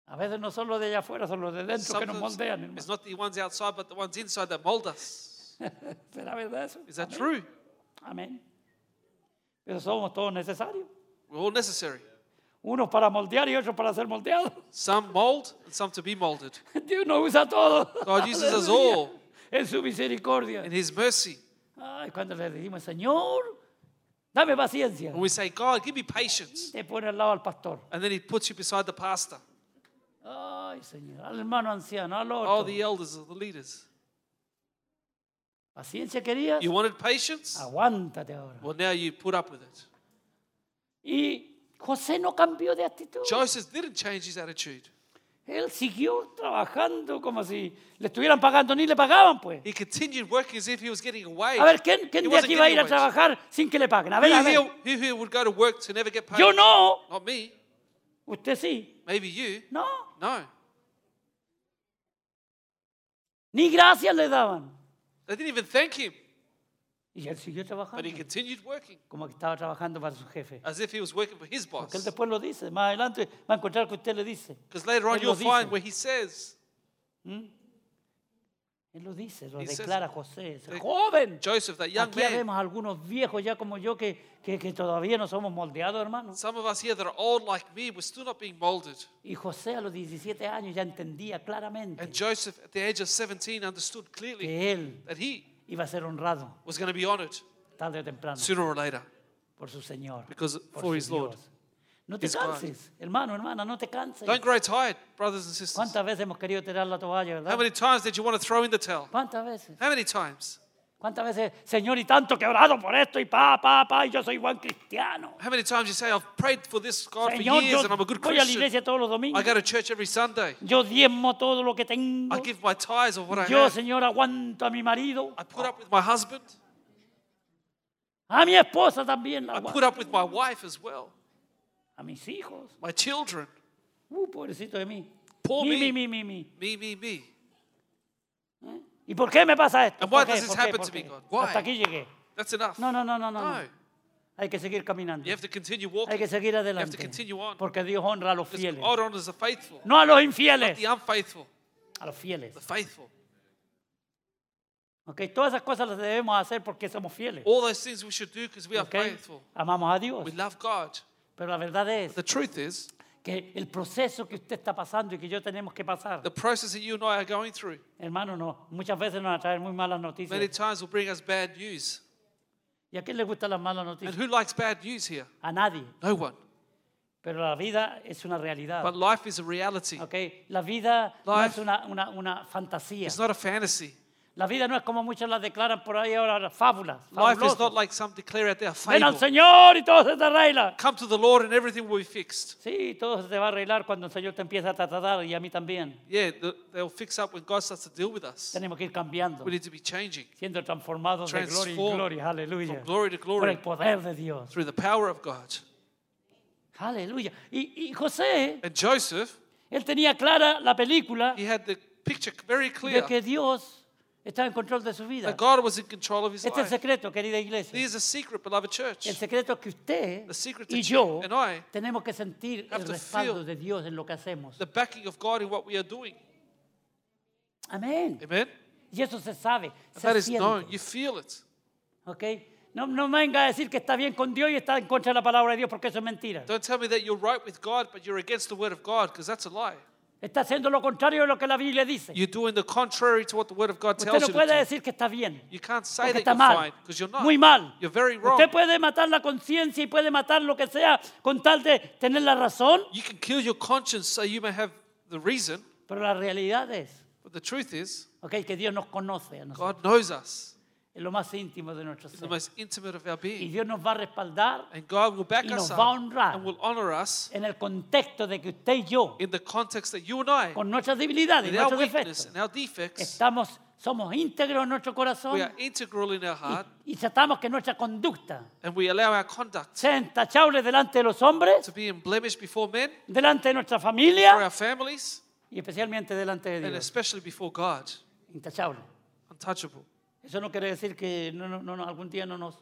A veces no son los de allá afuera, son los de dentro que nos Sometimes moldean. hermano. it's not the ones outside, but the ones inside that mold us. ¿Será verdad eso? Is that true? Amén. Pero somos todos necesarios. We're all necessary. Unos para moldear y otros para ser moldeados. Some mold and some to be molded. Dios nos usa Oh, a todos. God uses us Aleluya. all. En su misericordia. In His mercy, Ay, cuando le decimos, Señor, dame paciencia. when we say, God, give me patience, Te pone al lado al pastor. and then He puts you beside the pastor, Ay, Señor. Al hermano anciano, al all otro. the elders or the leaders. ¿Paciencia querías? You wanted patience? Ah. Aguántate ahora. Well, now you put up with it. Y José no cambió de actitud. Joseph didn't change his attitude. Él siguió trabajando como si le estuvieran pagando, ni le pagaban pues. He continued working as if he was getting a wage. A ver, ¿quién, quién He de wasn't aquí va a ir getting a wage. trabajar sin que le paguen? A ver, a Who ver. here, who here would go to work to never get paid? Yo no, Not me. usted sí. Maybe you. No, No. ni gracias le daban. They didn't even thank him. Y él siguió But trabajando, he continued working como que estaba trabajando para su jefe. as if he was working for his boss. Porque él después lo dice, más adelante va a encontrar que usted le dice. Because later on Él lo you'll find dice. where he says, Él lo dice, lo He says- declara José, ese They- joven. Joseph, that young Aquí man. vemos algunos viejos ya como yo que, que, que todavía no somos moldeados, hermano. Some of us here that are old like me, we're still not being molded. Y José a los 17 años ya entendía claramente And Joseph, at the age of 17, understood clearly que él that he iba a ser honrado was going to be honored tarde o temprano sooner or later por su Señor, because for por su his Lord. Dios. No te his God. canses, hermano, hermana, no te canses. Don't grow tired, brothers and sisters. ¿Cuántas veces hemos querido tirar la toalla, How verdad? many times did you want to throw in the towel? ¿Cuántas veces? How many times? ¿Cuántas veces, Señor, y tanto que he orado por esto y pa, pa, pa, y yo soy buen cristiano? How many times you say, I've prayed for this God for Señor, years yo and I'm a good voy a la Christian. iglesia todos los I domingos. go to church every Sunday. Yo diezmo todo lo que tengo. I give my tithes of what I Yo, have. Señor, aguanto a mi marido. I put up with my husband. Ah, A mi esposa también la I aguanto. put up with my wife as well. A mis hijos. My children. Uh, pobrecito de mí. Poor mi, me. mi, mi, mi, mi. Me, me, me. ¿Y por qué me pasa esto? And why ¿Por qué? does this ¿Por qué? happen ¿Por to me, qué? God? Why? Hasta aquí llegué. That's enough. No, no, no, no, no. no. No. Hay que seguir caminando. You have to continue Hay walking. que seguir You have to adelante. continue on. Porque Dios honra a los Because fieles. God honors the faithful, No a los not infieles. the unfaithful. A los fieles. The faithful. ¿Ok? Todas esas cosas las debemos hacer porque somos fieles. All those things we should do because we are ¿Ok? faithful. Amamos a Dios. We love God. Pero la verdad es The truth is, que el proceso que usted está pasando y que yo tenemos que pasar, the process that you and I are going through hermano, no, muchas veces nos traen muy malas many noticias. times will bring us bad news. ¿Y a quién le gustan las malas And noticias? who likes bad news here? A nadie. No one. Pero la vida es una realidad. But life is a reality. ¿ok? La vida no es Life- una, una, una fantasía. It's not a fantasy. La vida no es como muchos las declaran por ahí ahora, las fábulas. Life is fabuloso. not like some declare out there Ven al fable. Señor y todo se te arregla. Come to the Lord and everything will be fixed. Sí, todo se te va a arreglar cuando el Señor te empieza a tratar y a mí también. Yeah, th- they'll fix up when God starts to deal with us. Tenemos que ir cambiando, We need to be changing siendo transformados de gloria en Transform- gloria. from Aleluya. glory to Por glory el poder de Dios. through the power of God. Aleluya. Y, y José, And Joseph, él tenía clara la película he had the picture very de clear que Dios estaba en control de su vida. that God was in control of his Este es el life. secreto, querida iglesia. There's a secret, beloved church. El secreto es que usted The secret y that yo you and I tenemos que sentir have el to respaldo feel de Dios en lo que hacemos. The backing of God in what we are doing. Amén. Amen? Y eso se sabe, That se is known. siente. You feel it. ¿ok? No, no me venga a decir que está bien con Dios y está en contra de la palabra de Dios porque eso es mentira. Don't tell me that you're right with God, but you're against the word of God, because that's a lie. Está haciendo lo contrario de lo que la Biblia dice. You're doing the contrary to what the word of God Usted tells no you. To puede do. decir que está bien. You can't say Porque that está you're mal. fine, because you're not. Muy mal. You're very wrong. Usted puede matar la conciencia y puede matar lo que sea con tal de tener la razón, You can kill your conscience so you may have the reason, pero la realidad es but the truth is, ¿ok? que Dios nos conoce a nosotros, God knows us en lo más íntimo de nuestro in the ser. most intimate of our Y being. Dios nos va a respaldar And God will back Y nos us va a up honrar. and will honor us en el contexto de que usted y yo, in the context that you and I, con nuestras debilidades y with our nuestros weakness defectos, and our defects, estamos, somos íntegros en nuestro corazón we are integral in our heart y tratamos que nuestra conducta and we allow our conduct sea intachable delante de los hombres, to be blemished before men, delante de nuestra for familia our families, y especialmente delante de and Dios. especially before God. Intachable. Untouchable. Eso no quiere decir que no, no, no, no, algún día no nos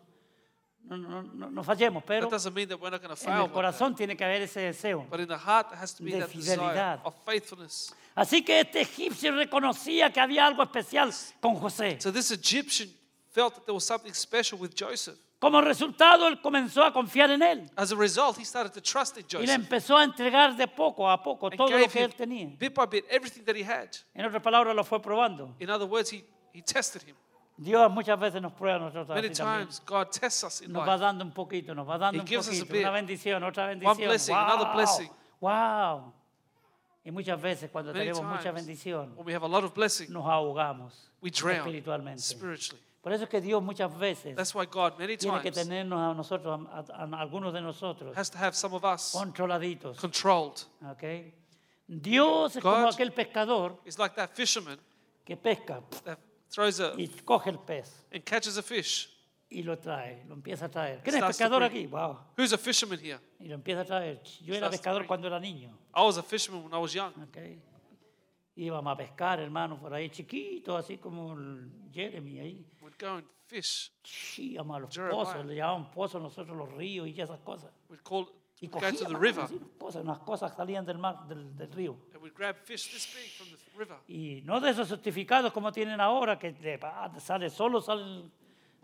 no, no, no- no fallemos, pero That doesn't mean that we're not going to en fail, el one day. corazón tiene que haber ese deseo. but in the heart there has to be de that desire fidelidad. of faithfulness. Así que este egipcio reconocía que había algo especial con José. So this Egyptian felt that there was something special with Joseph. Como resultado, él comenzó a confiar en él As a result, he started to trust in y le Joseph empezó a entregar de poco a poco and todo lo gave que him él tenía. bit by bit everything that he had. En otras palabras, lo fue probando. In other words, he, he tested him. Dios muchas veces nos prueba nosotros Many así también. times God tests us in Nos va life. dando un poquito, nos va dando He un gives us a poquito, bit. una bendición, otra bendición. blessing, wow, another blessing. Wow. Y muchas veces cuando Many tenemos mucha times bendición when we have a lot of blessing, nos ahogamos we drown espiritualmente. spiritually. Por eso es que Dios muchas veces That's why God, many tiene que times, tenernos a nosotros, a, a- a algunos de nosotros, has to have some of us controladitos. controlled. ¿ok? Dios es como God- aquel pescador It's like that fisherman que pesca that throws a y coge el pez and catches a fish. y lo trae, lo empieza a traer. ¿Quién es Starts to pescador bring- aquí? Wow. Who's a fisherman here? Y lo empieza a traer. Yo era Starts to pescador bring- cuando era niño. I was a fisherman when I was young. ¿ok? Íbamos a pescar, hermano, por ahí chiquito, así como el Jeremy ahí. We'd go and fish. íbamos a los Jeremiah. pozos, le llamaban pozos nosotros los ríos y esas cosas. We'd call Y we'd go to the cogíamos river así los pozos, unas cosas salían del mar, del, del río. and we'd grab fish this big from the river. Y no de esos certificados como tienen ahora, que le- ah, sale solo, sale... el-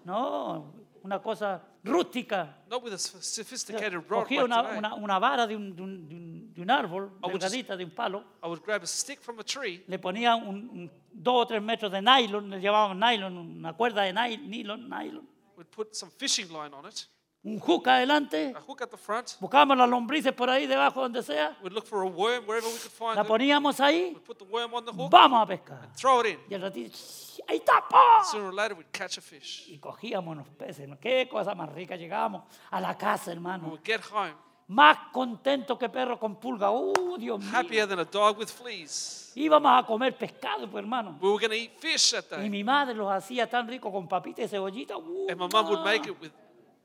No, una cosa rústica. Not with a s- sophisticated rod Cogía like una, today. una- una vara de un, de un- de un- de un árbol, I would just- delgadita, de un palo, I would grab a stick from a tree le ponía un, un- dos o tres metros de nylon, le llevaban nylon, una cuerda de nylon, nylon, nylon, would put some fishing line on it, un juca adelante, a hook at the front. buscábamos las lombrices por ahí debajo, donde sea, We'd look for a worm wherever we could find la it. poníamos ahí, We'd put the worm on the hook, vamos a pescar. throw it in. Y al ratito, "Shh, ahí está, po". Sooner or later, we'd catch a fish. Y cogíamos los peces, ¿no? qué cosa más rica, llegamos a la casa, hermano, We'd get home más contento que perro con pulga, ¡uh, Dios mío! happier than a dog with fleas. Íbamos a comer pescado, pues, hermano. We were going to eat fish that Y day. mi madre los hacía tan rico con papita y cebollita. ¡uh, And my mum would make ma! it with,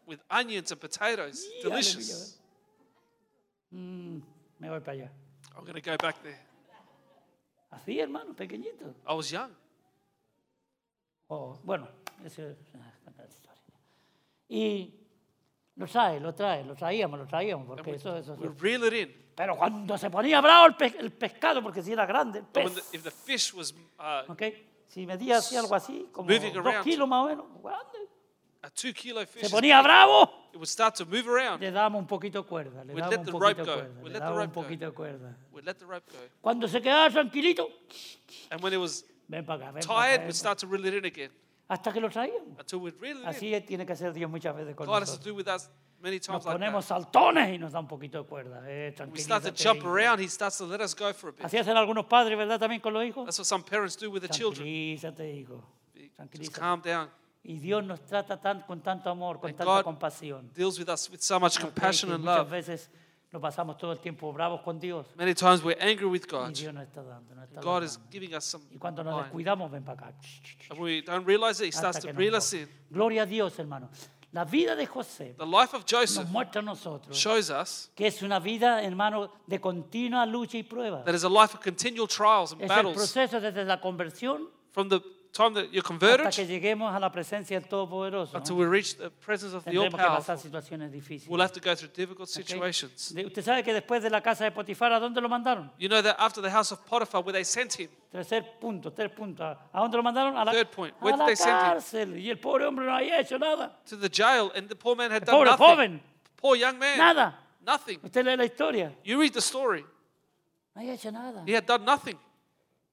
with onions and potatoes. Yeah, Delicious. Me voy para allá. I'm going to go back there. Así, hermano, pequeñito. I was young. Oh, bueno, eso es una otra historia. Y lo trae, lo trae, lo traíamos, lo traíamos, porque eso, eso, eso. We'd reel it in. Pero cuando se ponía bravo el, pe- el pescado, porque si era grande, el But when the, pez, if the fish was uh, ¿ok? Si medía así algo así, como Moving dos around. kilos más o menos, grande, a two kilo fish, se is- ponía bravo, it would start to move around. le dábamos un poquito de cuerda, le We'd dábamos let un the poquito rope de go. cuerda, We'd le let the dábamos un rope go. poquito de cuerda. We'd let the rope go. Cuando se quedaba tranquilito, And when it was ven para acá, ven para acá, tired, ven we'd pa' acá. start to reel it in again hasta que lo traíamos. until we'd reel it in. Así es, tiene que hacer Dios muchas veces con God has to nosotros. do with us many Nos times like ponemos that. saltones y nos da un poquito de cuerda. Eh, We start to tranquilízate, jump hijo. around. He starts to let us go for a bit. Así hacen algunos padres, ¿verdad? También con los hijos. That's what some parents do with their children. Tranquilízate, hijo. Just Tranquilízate. calm down. Y Dios nos trata tan, con tanto amor, con And tanta God- compasión. Deals with us with so much compassion Que and muchas love. veces nos pasamos todo el tiempo bravos con Dios. Many times we're angry with Y God. Dios nos está dando, nos está God dando. is giving us some Y cuando nos mind. descuidamos, ven para acá. Ch, ch, ch, And we don't realize it. He starts to hasta que reel nos us toque. in. Gloria a Dios, hermano. La vida de José The life of Joseph nos muestra a nosotros shows us que es una vida, hermano, de continua lucha y prueba. that is a life of continual trials and Es el battles proceso desde la conversión from the time that you're hasta converted que lleguemos a la presencia del Todopoderoso. ¿no? until we reach the presence of the Tendremos que pasar All-Powerful. situaciones difíciles. We'll have to go through difficult ¿ok? situations. De- Usted sabe que después de la casa de Potifar, ¿a dónde lo mandaron? You know that after the house of Potiphar, where they sent him, Tercer punto, tres puntos. ¿A a dónde lo mandaron? A la, Third point. a Where la did they send him? cárcel. Y el pobre hombre no había hecho nada. to the jail, and the poor man had El done pobre nothing. joven. Poor young man. Nada. Nothing. Usted lee la historia. You read the story. No había hecho nada. He had done nothing.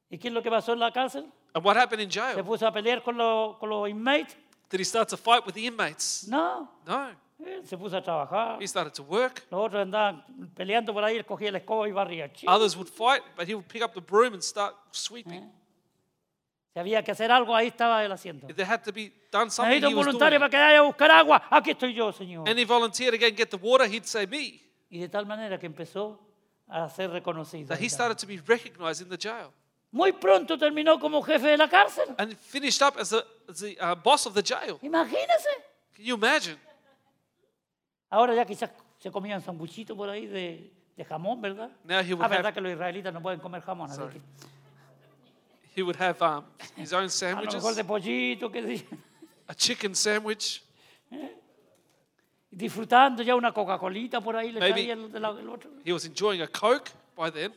¿Y qué es lo que pasó en la cárcel? And what happened in ¿Se jail? puso a pelear con los, con los inmates? Did he start to fight with the inmates? No. No. Él se puso a trabajar. He started to work. Los otros andaban peleando por ahí, él cogía la escoba y barría. Chi. Others would fight, but he would pick up the broom and start sweeping. Si había que hacer algo, ahí estaba él haciendo. If there had to be done something, Necesito he un was voluntario doing para it. que vaya a buscar agua. Aquí estoy yo, Señor. And he volunteered again, get the water, he'd say me. Y de tal manera que empezó a ser reconocido. That he started to be recognized in the jail. Muy pronto terminó como jefe de la cárcel. And finished up as the, as the uh, boss of the jail. Imagínese. Can you imagine? Ahora ya quizás se comían sambuchito por ahí de, de jamón, ¿verdad? Now he would Ah, verdad have- que los israelitas no pueden comer jamón. así Sorry. que- He would have um, his own A lo mejor sandwiches, de pollito, qué sé yo. a chicken sandwich. Disfrutando ya una Coca-Colita por ahí, le Maybe- traía el, de la- el otro. He was enjoying a Coke by then,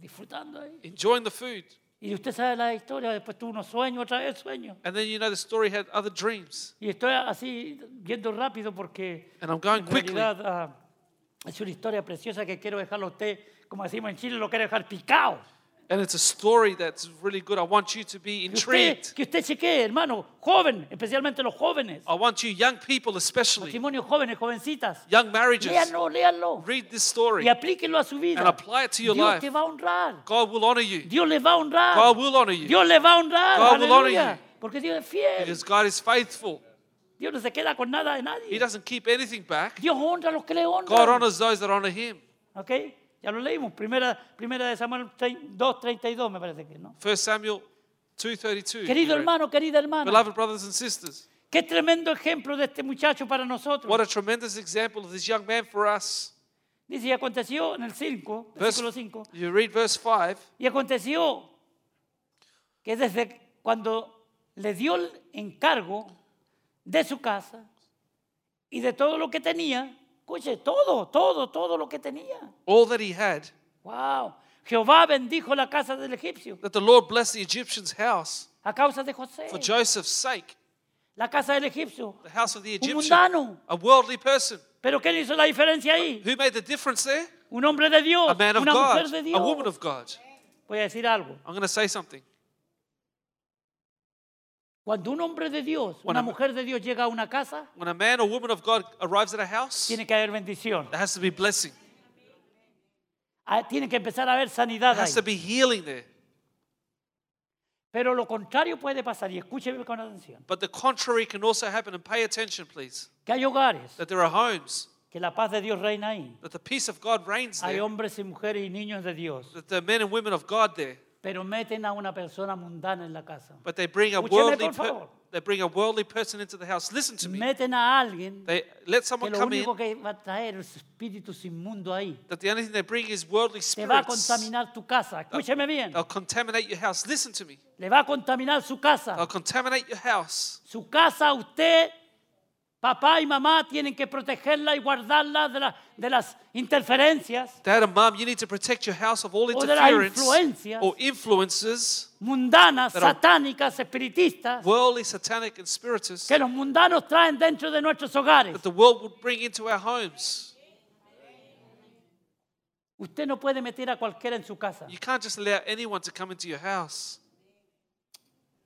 Disfrutando ahí. enjoying the food. Y usted sabe la historia, después tuvo unos sueños, otra vez sueños. And then you know the story had other dreams. Y estoy así yendo rápido porque And I'm going en quickly. realidad ah, es una historia preciosa que quiero dejarlo a usted, como decimos en Chile, lo quiero dejar picado. And it's a story that's really good. I want you to be Que usted, intrigued. que usted chequee, hermano, joven, especialmente los jóvenes, I want you, young people especially, matrimonios jóvenes, jovencitas. young marriages, Léanlo, léanlo read this story. y aplíquenlo a su vida. And apply it to your Dios life. te va a honrar. God will honor you. Dios les va a honrar. God will honor you. Dios les va a honrar. God will honor Aleluya. you. Porque Dios es fiel. Because God is faithful. Dios no se queda con nada de He nadie. doesn't keep anything back. Dios honra a los que le God honran. honors those that honor him. ¿Ok? Ya lo leímos. Primera, primera de Samuel 2, 32 me parece que, ¿no? 1 Samuel 2.32. you Querido read. hermano, querida hermana, Beloved brothers and sisters, qué tremendo ejemplo de este muchacho para nosotros. what a tremendous example of this young man for us. Dice, y aconteció en el 5, Verse, versículo 5, you read verse 5. y aconteció que desde cuando le dio el encargo de su casa y de todo lo que tenía, escuche, todo, todo, todo lo que tenía. All that he had, Wow. Jehová bendijo la casa del egipcio that the Lord blessed the Egyptian's house a causa de José. for Joseph's sake. La casa del egipcio. The house of the Un Egyptian. mundano. A worldly person. Pero ¿quién hizo la diferencia ahí? Who made the difference there? Un hombre de Dios, A man of una God. mujer de A woman Dios. of God. Voy a decir algo. I'm going to say something. Cuando un hombre de Dios, Bueno, una mujer de Dios llega a una casa, When a man or woman of God arrives at a house, there tiene que haber bendición. has to be blessing. Ah, Tiene que empezar a haber There sanidad ahí. has to be healing there. Pero lo contrario puede pasar, y escúcheme con atención, But the contrary can also happen. And pay attention, please. que hay hogares, That there are homes, que la paz de Dios reina ahí. that the peace of God reigns Hay there, hombres y mujeres y niños de Dios, that there are men and women of God there. pero meten a una persona mundana en la casa. But they bring a Escúcheme, worldly por favor. they bring a worldly person into the house. Listen to me. Meten a alguien They let que someone lo come in. único que va a traer es espíritus inmundos ahí. That the only thing they bring is worldly Te va a spirits. contaminar tu casa. Escúcheme bien. They'll contaminate your house. Listen to me. Le va a contaminar su casa. They'll contaminate your house. Su casa, usted, papá y mamá tienen que protegerla y guardarla de, la- de las interferencias Dad and mom, you need to protect your house of all O de las interference influencias. or influences, mundanas, Pero- satánicas, espiritistas, worldly, satanic, and spiritists que los mundanos traen dentro de nuestros hogares. that the world would bring into our homes. Usted no puede meter a cualquiera en su casa. You can't just allow anyone to come into your house.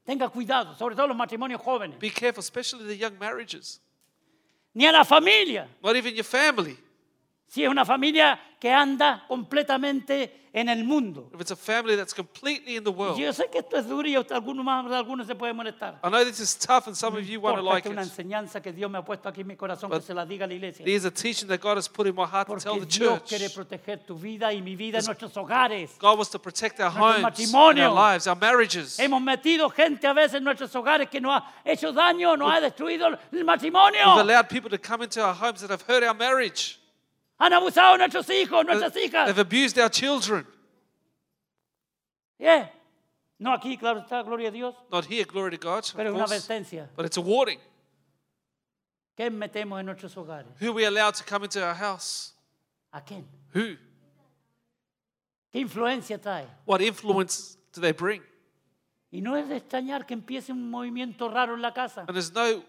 Tenga cuidado, sobre todo los matrimonios jóvenes. Be careful, especially the young marriages. Ni a la familia, Not even your family. si es una familia que anda completamente en el mundo. If it's a family that's completely in the world. Yo sé que esto es duro y hasta algunos más, algunos se pueden molestar. I know this is tough and some of you want to Porque like es una it. enseñanza que Dios me ha puesto aquí en mi corazón que But se la diga a la iglesia. There's a teaching that God has put in my heart to tell Porque the Dios church. quiere proteger tu vida y mi vida en nuestros hogares. God wants to protect our Nuestro homes, and matrimonio. our lives, our marriages. We've Hemos metido gente a veces en nuestros hogares que nos ha hecho daño, nos ha destruido el matrimonio. allowed people to come into our homes that have hurt our marriage. Han abusado de nuestros hijos, nuestras hijas. They've abused our children. Yeah. No aquí, claro está, gloria a Dios, Not here, glory to God. of pero es una course, advertencia. But it's a warning. ¿Qué metemos en nuestros hogares? Who we allow to come into our house? ¿A quién? Who? ¿Qué influencia trae? What influence do they bring? Y no es de extrañar que empiece un movimiento raro en la casa. And there's no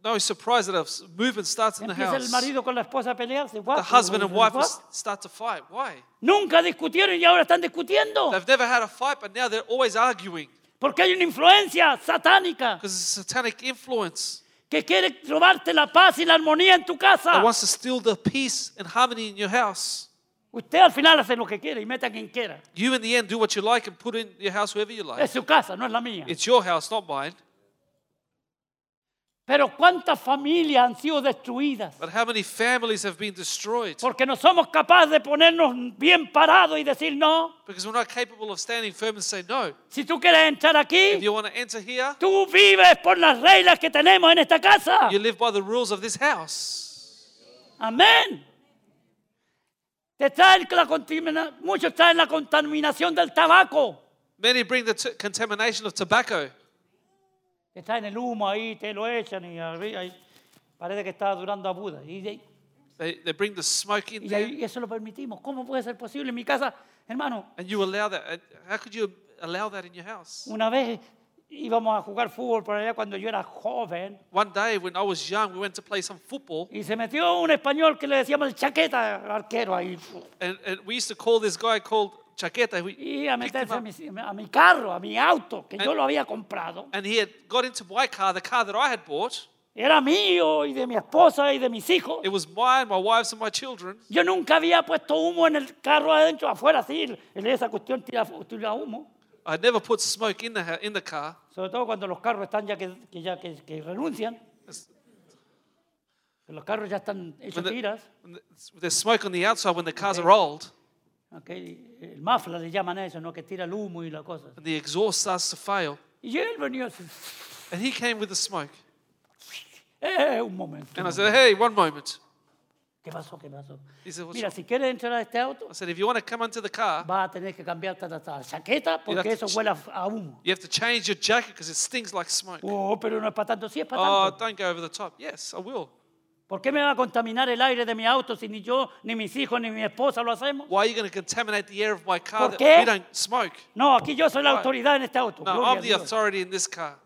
no surprise that a s- movement starts in the Empieza el house. The marido con la esposa a pelearse. What? husband and wife will What? s- start to fight. Why? Nunca discutieron y ahora están discutiendo. They've never had a fight, but now they're always arguing Porque hay una influencia satánica because it's a satanic influence que quiere robarte la paz y la armonía en tu casa. that wants to steal the peace and harmony in your house. Usted al final hace lo que quiere y meta a quien quiera. You, in the end, do what you like and put in your house whoever you like. Es su casa, no es la mía. It's your house, not mine. Pero cuántas familias han sido destruidas But how many families have been destroyed porque no somos capaces de ponernos bien parados y decir no. because we're not capable of standing firm and saying, No, Si tú quieres entrar if aquí, you want to enter here, tú vives por las reglas que tenemos en esta casa. you live by the rules of this house. Amén. Te traen la contamina- muchos traen la contaminación del tabaco. Many bring the t- contamination of tobacco. Te traen el humo ahí, te lo echan y arriba. y parece que estaba durando a Buda. Y, de- They, they bring the smoke in y there, ahí- y eso lo permitimos. ¿Cómo puede ser posible en mi casa? Hermano, and you allow that. And How could you allow that in your house? una vez íbamos a jugar fútbol por allá cuando yo era joven One day when I was young, we went to play some football, y se metió un español que le decíamos el chaqueta al arquero ahí. and, and we used to call this guy called Chaqueta. We, Y a meterse a mi, a mi carro, a mi auto, que yo lo había comprado. and he had got into my car, the car that I had bought. Era mío y de mi esposa y de mis hijos. It was mine, my wife's, and my children. Yo nunca había puesto humo en el carro adentro, afuera, así, en esa cuestión tira, tira humo. I never put smoke in the, ha- in the car, Sobre todo cuando los carros están ya que, que ya que, que renuncian. Que Los carros ya están When hechos the- tiras. When the- There's smoke on the outside when the cars are old, ok, El mafla le llaman a eso, ¿no? Que tira el humo y la cosa. and the exhaust starts to fail. Y él venía así. And he came with the smoke. Eh, un momento. And I said, Hey, one moment. ¿Qué pasó? ¿Qué pasó? He said, "What's Mira, wrong?" si quieres entrar a este auto, I said, If you want to come onto the car, vas a tener que cambiarte la chaqueta porque to eso ch- huele a- a humo. you have to change your jacket because it stings like smoke. Oh, pero no es para tanto. Sí, es para Oh, tanto. don't go over the top. Yes, I will. ¿Por qué me va a contaminar el aire de mi auto si ni yo, ni mis hijos, ni mi esposa lo hacemos? Why are you going to contaminate the air of my car ¿Por that qué? we don't smoke? No, aquí yo soy la autoridad en este auto. No, Gloria a I'm the Dios. authority in this car.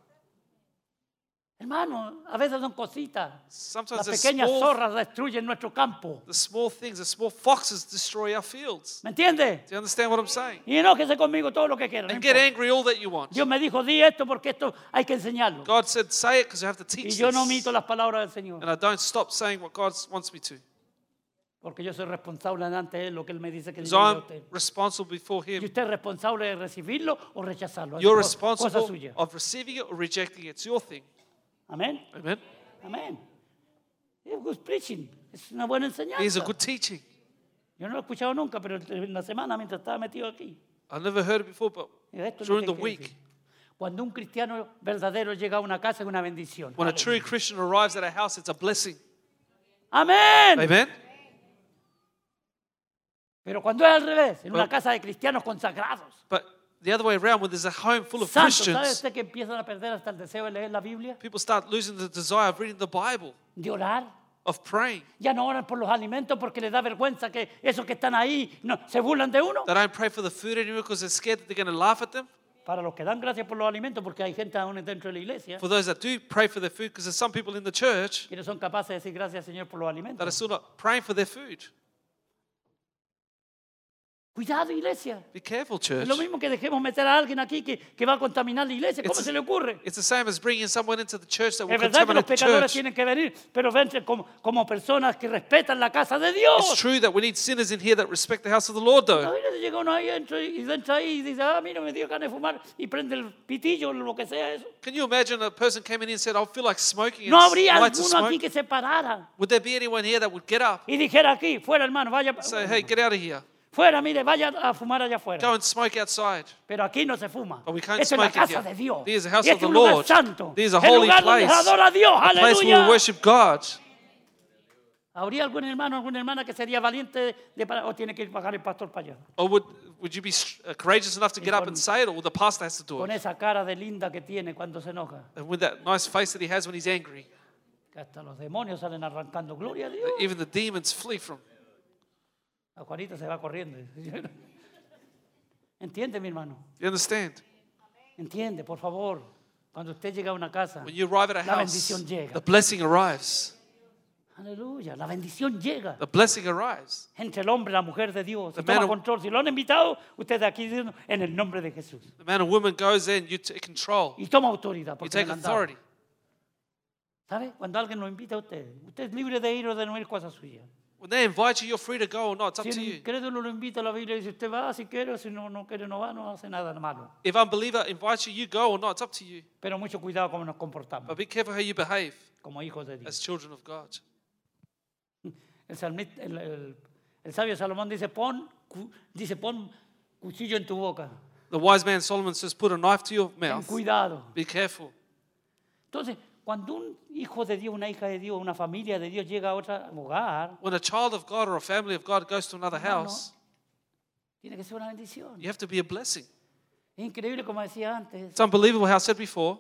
Hermano, a veces son cositas. Sometimes Las the pequeñas small, zorras destruyen nuestro campo. the small things, the small foxes destroy our fields. ¿Me entiendes? Do you understand what I'm saying? Y enójese conmigo todo lo que quieran. no And get importa. angry all that you want. Dios me dijo, di esto porque esto hay que enseñarlo. God said, say it because you have to Y teach yo no this. omito las palabras del Señor. And I don't stop saying what God wants me to. Porque yo soy responsable delante de Él, lo que Él me dice que le Because diga a I'm usted. responsible before Y Him. usted es responsable de recibirlo o rechazarlo. Así You're es co- Cosa responsible suya. of receiving it or rejecting it. It's your thing. Amén. Amen. Amén. Es good preaching. Es una buena He's a enseñanza. good teaching. Yo no lo he escuchado nunca, pero en la semana mientras estaba metido aquí. I never heard it before, but Mira, esto es lo during que the hay que decir. week, Cuando un cristiano verdadero llega a una casa es una bendición. when a true Christian arrives at a house, it's a blessing. Amén. Amen. Pero cuando es al revés, en una Pero- casa de cristianos consagrados, But the other way around, when there's a home full of santos, ¿sabe Christians, usted que empiezan a perder hasta el deseo de leer la Biblia? people start losing the desire of reading the Bible, De orar. of praying. Ya no oran por los alimentos porque les da vergüenza que esos que están ahí no, se burlan de uno. They don't pray for the food anymore because they're scared that they're going to laugh at them. Para los que dan gracias por los alimentos, porque hay gente aún dentro de la iglesia, For those that do pray for their food, because there's some people in the church quienes son capaces de decir gracias Señor por los that are alimentos. still not praying for their food. Cuidado iglesia. Be careful, Es church. lo mismo que dejemos meter a alguien aquí que, que va a contaminar la iglesia. ¿Cómo It's- se le ocurre? It's the same as bringing someone into the church that will Es verdad que los contaminate the pecadores church. tienen que venir, pero vente como, como personas que respetan la casa de It's Dios. true that we need sinners in here that respect the house of the Lord, though. Imagínate, llega uno ahí entra y y entra ahí y dice, ah, mira, me dio ganas de fumar y prende el pitillo o lo que sea eso. Can you imagine a person came in here and said, I feel like smoking? No and habría lights a alguno aquí smoke"? que se parara Would there be anyone here that would get up y dijera aquí, fuera hermano, vaya, and say, hey, get out of here. fuera, mire, vaya a fumar allá afuera. Go and smoke outside. Pero aquí no se fuma. But we can't Esto es la smoke in casa here. de Dios. This is the house Y of este es the un lugar Lord. santo. This is a el holy lugar donde se place. adora a Dios. A place where we Aleluya. worship God. ¿Habría algún hermano, alguna hermana que sería valiente de parar o tiene que bajar el pastor para allá? Or would, would you be str- uh, courageous enough to get up con- and say it, or the pastor has to do Con it? esa cara de linda que tiene cuando se enoja. And with that nice face that he has when he's angry, Que hasta los demonios salen arrancando. Gloria a Dios. even the demons flee from. A Ah, Juanita se va corriendo. Entiende, mi hermano. You understand? Entiende, por favor. Cuando usted llega a una casa. When you arrive at a La house, bendición llega. the blessing arrives. Aleluya. La bendición llega. The blessing arrives. Entre el hombre y la mujer de Dios. The Y Toma man- control. Si lo han invitado, usted de aquí diciendo, en el nombre de Jesús. The man or woman goes in, you take control, Y toma autoridad. you Porque me take la han dado. authority. ¿Sabe? Cuando alguien lo invita a usted, usted es libre de ir o de no ir, cosa suya. When they invite you, you're free to go or not. It's up Si to el you. incrédulo lo invita a la Biblia y dice, usted va si quiere, o si no, no quiere, no va, no hace nada malo. If unbeliever invites you, you go or not. It's up to you. Pero mucho cuidado cómo nos comportamos But be careful how you behave como hijos de Dios. as children of God. El, salmista- el- el- el sabio Salomón dice, pon, cu- dice, pon cuchillo en tu boca, The wise man Solomon says, put a knife to your ten mouth. cuidado. Be careful. Entonces, cuando un hijo de Dios, una hija de Dios, una familia de Dios llega a otro hogar, When a child of God or a family of God goes to another house, tiene que ser una bendición. you have to be a blessing. Es increíble, como decía antes, It's unbelievable how I said before,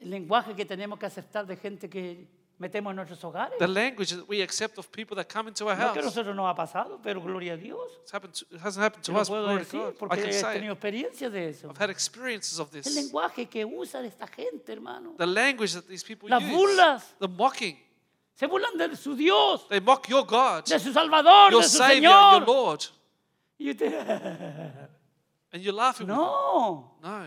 el lenguaje que tenemos que aceptar de gente que metemos en nuestros hogares. the language that we accept of people that come into our No que a house. nosotros nos ha pasado, pero gloria a Dios. It's happened to, it hasn't happened Te to lo us, but puedo glory to decir God. I porque can he say tenido it. experiencia de eso. I've had experiences of El this. lenguaje que usan esta gente, hermano. The language that these people Las use. burlas. The mocking. Se burlan de su Dios, They mock your God, de su Salvador, your de su Savior, your Señor. Lord. Y usted, And you're laughing with no. them. No.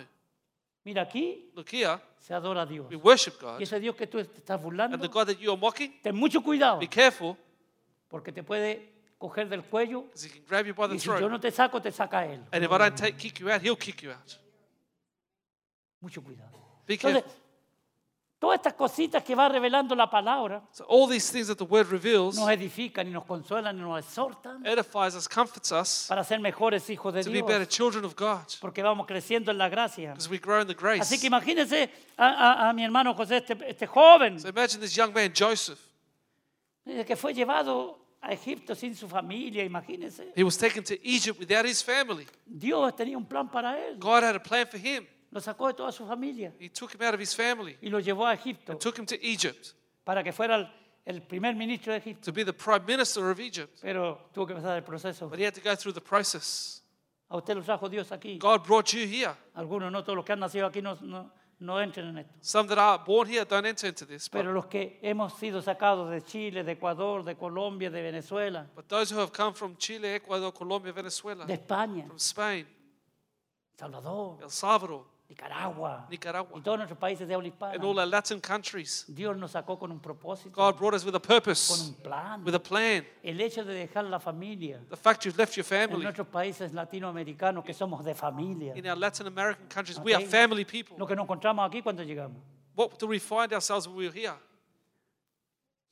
Mira, aquí Look here. se adora a Dios. We worship Y God. ese Dios que tú te estás And the burlando, God that you are mocking, ten mucho cuidado, be careful, porque te puede coger del cuello because he can grab you by the y si yo throat. no te saco, te saca él. And if I don't take, kick you out, he'll kick you out. Mucho cuidado. Be Entonces, careful. todas estas cositas que va revelando la palabra So all these things that the word reveals nos edifican y nos consuelan y nos exhortan edifies us, comforts us para ser mejores hijos de to be better Dios, children of God porque vamos creciendo en la gracia. because we grow in the grace. Así que imagínense a, a- a mi hermano José, este, este joven, So imagine this young man, Joseph. eh, que fue llevado a Egipto sin su familia, imagínense. He was taken to Egypt without his family. Dios tenía un plan para él. God had a plan for him. Lo sacó de toda su familia He took him out of his family y lo llevó a Egipto and took him to Egypt para que fuera el, el primer ministro de Egipto. to be the prime minister of Egypt. Pero tuvo que pasar el proceso. But he had to go through the process. A usted lo trajo Dios aquí. God brought you here. Algunos, no todos los que han nacido aquí no, no, no entren en esto. Some that are born here don't enter into this. But, Pero los que hemos sido sacados de Chile, de Ecuador, de Colombia, de Venezuela, but those who have come from Chile, Ecuador, Colombia, Venezuela, de España, from Spain, Salvador, El Salvador, Nicaragua Nicaragua, y todos nuestros países de habla and all hispana, our Latin countries. Dios nos sacó con un propósito, God brought us with a con purpose, un plan. with a plan. El hecho de dejar la familia The fact you've left your en family nuestros países latinoamericanos que somos de familia, in our Latin American countries, we are Okay. family people. lo que nos encontramos aquí cuando llegamos. What do we find ourselves when we're here?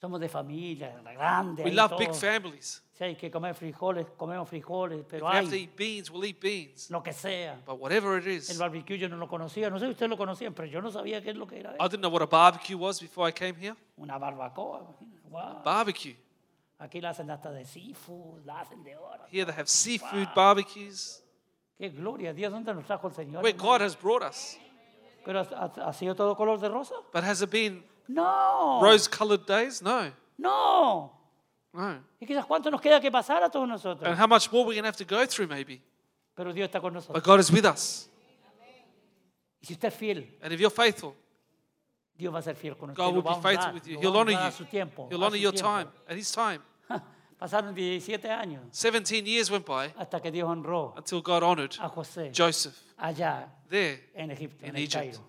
Somos de familia, grande. We ahí love todo. big families. Si hay que comer frijoles, comemos frijoles, If pero we have to hay eat beans, we'll eat beans. lo que sea. But whatever it El is, barbecue yo no lo conocía, no sé si ustedes lo conocían, pero yo no sabía qué es lo que era. I eso. didn't know what a barbecue was before I came here. Una barbacoa, imagínate, guau. Barbecue. Aquí la hacen hasta de seafood, la hacen de oro. Here they have seafood barbecues. Qué gloria, a Dios, ¿dónde nos trajo el Señor? Where hermano? God has brought us. Pero ha, ha- ha sido todo color de rosa. But has it been No, rose colored days? No. no. No. Y quizás cuánto nos queda que pasar a todos nosotros. And how much more we're going to have to go through, maybe. Pero Dios está con nosotros. But God is with us. Y si usted es fiel, And if you're faithful, Dios va a ser fiel con usted. God lo will va a be faithful honrar, with you. lo He'll va a honor honrar a su you. tiempo, He'll a honor su your tiempo. time at His time. Pasaron 17 años 17 years went by hasta que Dios honró until God honored a José Joseph allá there. en Egipto, en In el Egypt. Cairo.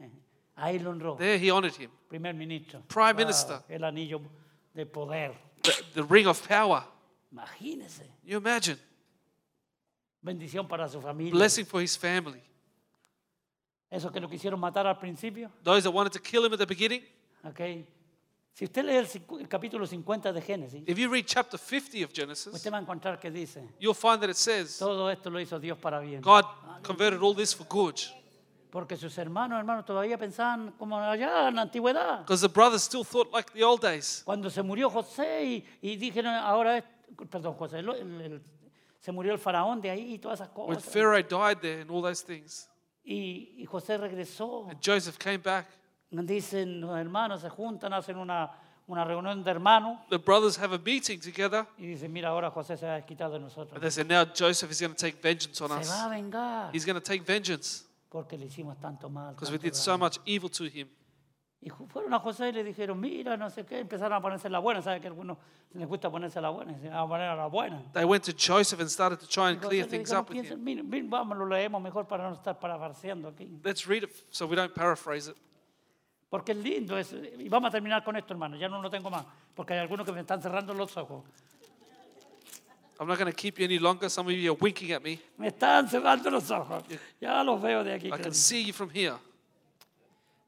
Eh, Ahí lo honró, There he honored him. primer ministro. Prime Wow, Minister. El anillo de poder. The, the ring of power. Imagínese. Can You imagine. Bendición para su familia. Blessing for his family. Eso que lo quisieron matar al principio. Those that wanted to kill him at the beginning. ok. Si usted lee el, cincu- el capítulo 50 de Génesis, If you read chapter 50 of Genesis, usted va a encontrar que dice, you'll find that it says todo esto lo hizo Dios para bien. God converted all this for good. Porque sus hermanos, hermanos, todavía pensaban como allá en la antigüedad. Because the brothers still thought like the old days. Cuando se murió José y, y dijeron, ahora es, perdón, José, el- el- el- se murió el faraón de ahí y todas esas When cosas. Pharaoh died there and all those things. Y, y José regresó. And Joseph came back. Dicen, los hermanos se juntan, hacen una, una reunión de hermanos The brothers have a meeting together. y dicen, mira, ahora José se ha quitado de nosotros. And they said, now Joseph is going to take vengeance on Se va us. a vengar He's going to take vengeance porque le hicimos tanto mal. because we tanto did so daño". much evil to him. Y ju- fueron a José y le dijeron, mira, no sé qué, empezaron a ponerse la buena. ¿Sabe que a algunos les gusta ponerse la buena? Se van a poner a la buena. They went to Joseph and started to try and José clear le things dijo, "No up with piensen, him. miren, miren, vamos, lo leemos mejor para no estar parafraseando aquí. Let's read it f- so we don't paraphrase it. Porque es lindo. Es, y vamos a terminar con esto, hermano. Ya no lo tengo más. Porque hay algunos que me están cerrando los ojos. I'm not going to keep you any longer. Some of you are winking at me. Me están cerrando los ojos. Ya los veo de aquí. I can créanme. see you from here.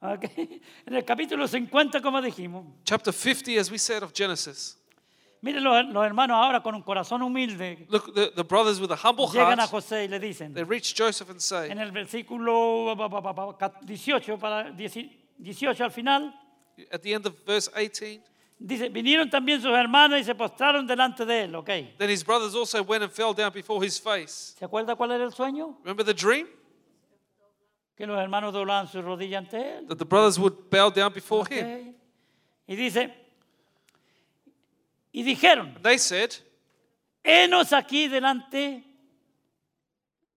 Ok. En el capítulo 50, como dijimos. Chapter 50, as we said, of Genesis. Miren los, los hermanos ahora con un corazón humilde. Look, the, the brothers with a humble Llegan a heart, José y le dicen. they reach Joseph and say, En el versículo pa, pa, pa, pa, ca- 18, para 10 18 al final. at the end of verse 18, Dice, vinieron también sus hermanos y se postraron delante de él, ¿ok? then his brothers also went and fell down before his face. ¿Se acuerda cuál era el sueño? Remember the dream? Que los hermanos doblaban sus rodillas ante él. That the brothers would bow down before him. Ok. Y dice, y dijeron, They said, henos aquí delante,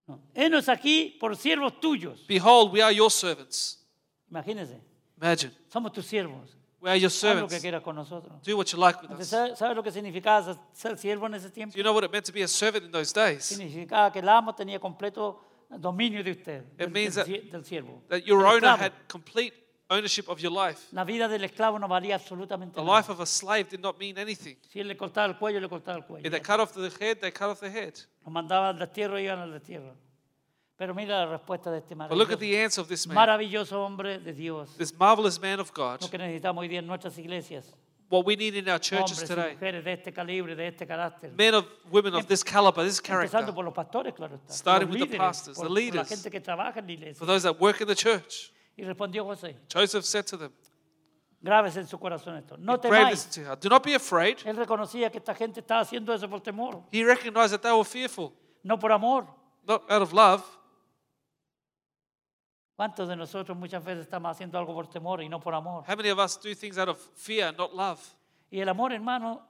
no, henos aquí por siervos tuyos. Behold, we are your servants. Imagínense, Imagine, somos tus siervos. we are your Haz lo que servants. quieras con nosotros. Do what you like with us. ¿Sabes sabe lo que significaba ser- ser siervo en ese tiempo? Do you know what it meant to be a servant in those days? Significaba que el amo tenía completo dominio de usted, del, means del that- sie- del siervo. That your del owner esclavo. had complete ownership of your life. La vida del esclavo no valía absolutamente The nada. life of a slave did not mean anything. Si él le cortaba el cuello, le cortaba el cuello. If they cut off the head, they cut off the head. Lo mandaban al destierro, iban al destierro. Pero mira la respuesta de este But look at maravilloso, the answer of this man, maravilloso hombre de Dios. this marvelous man of God. Lo que necesitamos hoy día en nuestras iglesias. What we need in our churches Hombres y today, mujeres de este calibre, de este carácter. men of women of this caliber, this character, Empezando por los pastores, claro está. Starting los with the líderes, pastors, por, the por la leaders. gente que trabaja en la iglesia. for those that work in the church. Y respondió José, Joseph said to them, graves en su corazón esto. No "Grave this temáis. to heart. Do not be afraid. Él reconocía que esta gente estaba haciendo eso por temor, He recognized that they were fearful, no por amor. not out of love. ¿Cuántos de nosotros muchas veces estamos haciendo algo por temor y no por amor? How many of us do things out of fear, not love? Y el amor, hermano,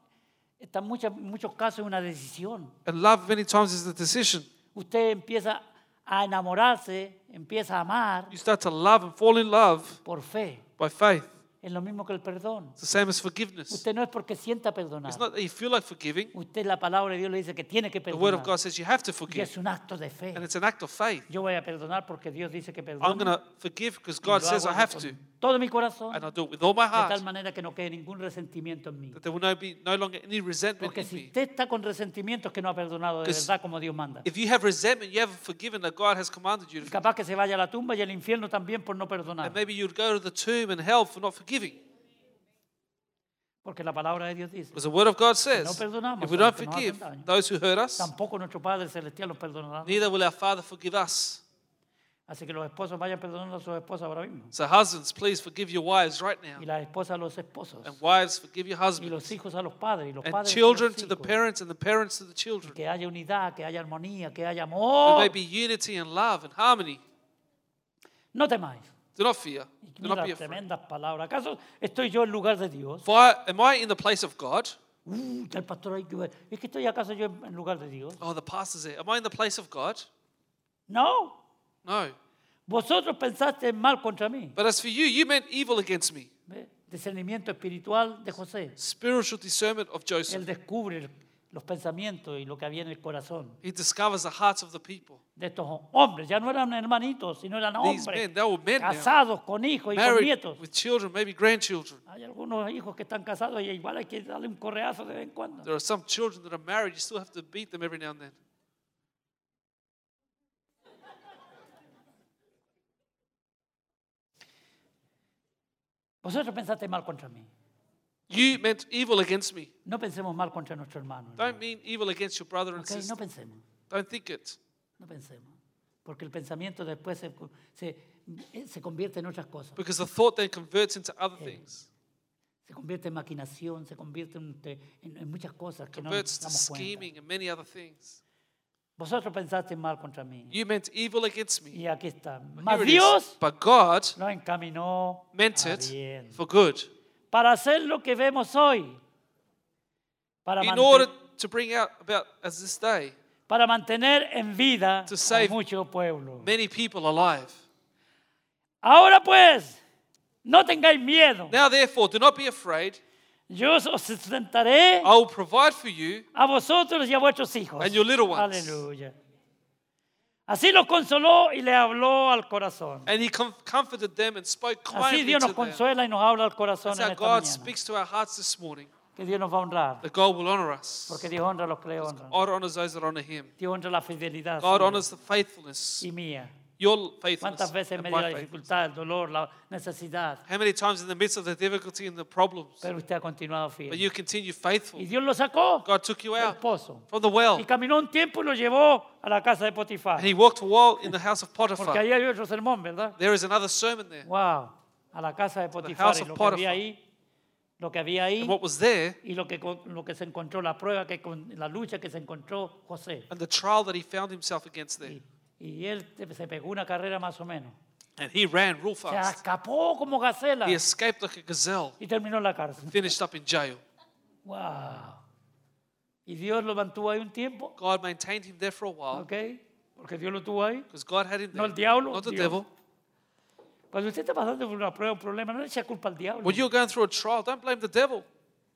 está en muchas- muchos casos es una decisión. And love many times is the decision. Usted empieza a enamorarse, empieza a amar You start to love and fall in love por fe. by faith. Es lo mismo que el perdón. It's the same as forgiveness. Usted no es porque sienta It's perdonar. not that you feel like forgiving. Usted la palabra de Dios le dice que tiene que The word of perdonar. God says you have to Y es forgive, un acto de fe. and it's an act of faith. Yo voy a perdonar porque Dios dice que I'm going perdone. to forgive because y lo God says hago I have con to, Todo mi corazón. and De I'll do it with all my tal heart. manera que no quede ningún resentimiento en mí. That there will no be no longer any resentment Porque in si me. usted está con resentimientos que no ha perdonado de Because verdad como Dios manda, If you have resentment, you haven't forgiven that God has commanded you to forgive. capaz que se vaya a la tumba y al infierno también por no perdonar. And maybe you'd go to the tomb and hell for not forgiving. Porque la palabra de Dios dice, Because the word of God no says, perdonamos if we a los don't que nos forgive hacen daño. those who hurt us, tampoco nuestro Padre Celestial los perdonará. neither will our Father forgive us. Así que los esposos vayan perdonando a sus esposas ahora mismo. So husbands, please forgive your wives right now. Y las esposas a los esposos. And wives, forgive your Y los husbands. hijos a los padres. Y los And padres a los children to the hijos. parents and the parents to the children. Que haya unidad, que haya armonía, que haya There may amor. be unity and love and harmony. No temáis. Do not fear. Y Do mira, not be afraid. tremendas palabras. ¿Acaso estoy yo en lugar de Dios? If I- am I in the place of God? Uh, está el pastor ahí que ve. ¿Es que estoy acaso yo en en lugar de Dios? Oh, the pastor's there. Am I in the place of God? No. No. Vosotros pensaste en mal contra mí. But as for you, you meant evil against me. ¿Ve? Discernimiento espiritual de José. Spiritual discernment of Él Joseph. descubre el- los pensamientos y lo que había en el corazón He discovers the hearts of the people. de estos hom- hombres. Ya no eran hermanitos, sino eran These hombres men, they were men now, casados con hijos y con married nietos. with children, maybe grandchildren. Hay algunos hijos que están casados y igual hay que darle un correazo de vez en cuando. There are some children that are married. You still have to beat them every now and then. Vosotros pensaste mal contra mí. You meant evil against me. No pensemos mal contra nuestro hermano. hermano. Don't mean evil against your brother and Ok, sister. no pensemos, Don't think it. no pensemos. Porque el pensamiento después se, se- eh, se convierte en otras cosas. Because the thought then converts into other Eh, things. Se convierte en maquinación, se convierte en, te- en- en muchas cosas que no Converts nos to damos cuenta. scheming and many other things. Vosotros pensaste mal contra mí. You meant evil against me. Y aquí está. Here Mas it is. Dios But God lo encaminó meant a it bien for good para hacer lo que vemos hoy. Para, in manten- order to bring out about as this day para mantener en vida to a save mucho pueblo. many people alive. Ahora pues, no tengáis miedo. Now, therefore, do not be afraid. Yo os sustentaré I will provide for you. a vosotros y a vuestros hijos. And your little ones. Aleluya. Así los consoló y le habló al corazón. And he com- comforted them and spoke Así kindly Dios to nos them. consuela y nos habla al corazón That's en how esta God mañana. speaks to our hearts this morning. Que Dios nos va a honrar, That God will honor us. porque Dios honra a los que le honran. God honors those that honor him. Dios honra la fidelidad God suya honors the faithfulness, y mía. your faithfulness. ¿Cuántas veces en and medio de my la faith. dificultad, el dolor, la necesidad? How many times in the midst of the difficulty and the problems, Pero usted ha continuado but fiel. you continue Y faithful. Dios lo sacó God took you del out pozo. from the well, Y caminó un tiempo y lo llevó a la casa de Potifar. and he walked a while in the house of Porque Potiphar. ahí hay otro sermón, ¿verdad? There is another sermon there. Wow, a la casa de Potifar house y of lo que había Potiphar. ahí, lo que había ahí And what was there, y lo que con- lo que se encontró la prueba que con la lucha que se encontró José. and the trial that he found himself against there. Y, y él te- se pegó una carrera más o menos. And he ran real Se fast. escapó como gacela He escaped like a gazelle, y terminó en la cárcel. finished up in jail. Wow. Y Dios lo mantuvo ahí un tiempo, God maintained him there for a while ¿ok? Porque Dios lo tuvo ahí. because God had him No there, el diablo, not the Dios. devil. Cuando usted está pasando por una prueba, un problema, no le echa culpa al diablo. When you're going through a trial, don't blame the devil.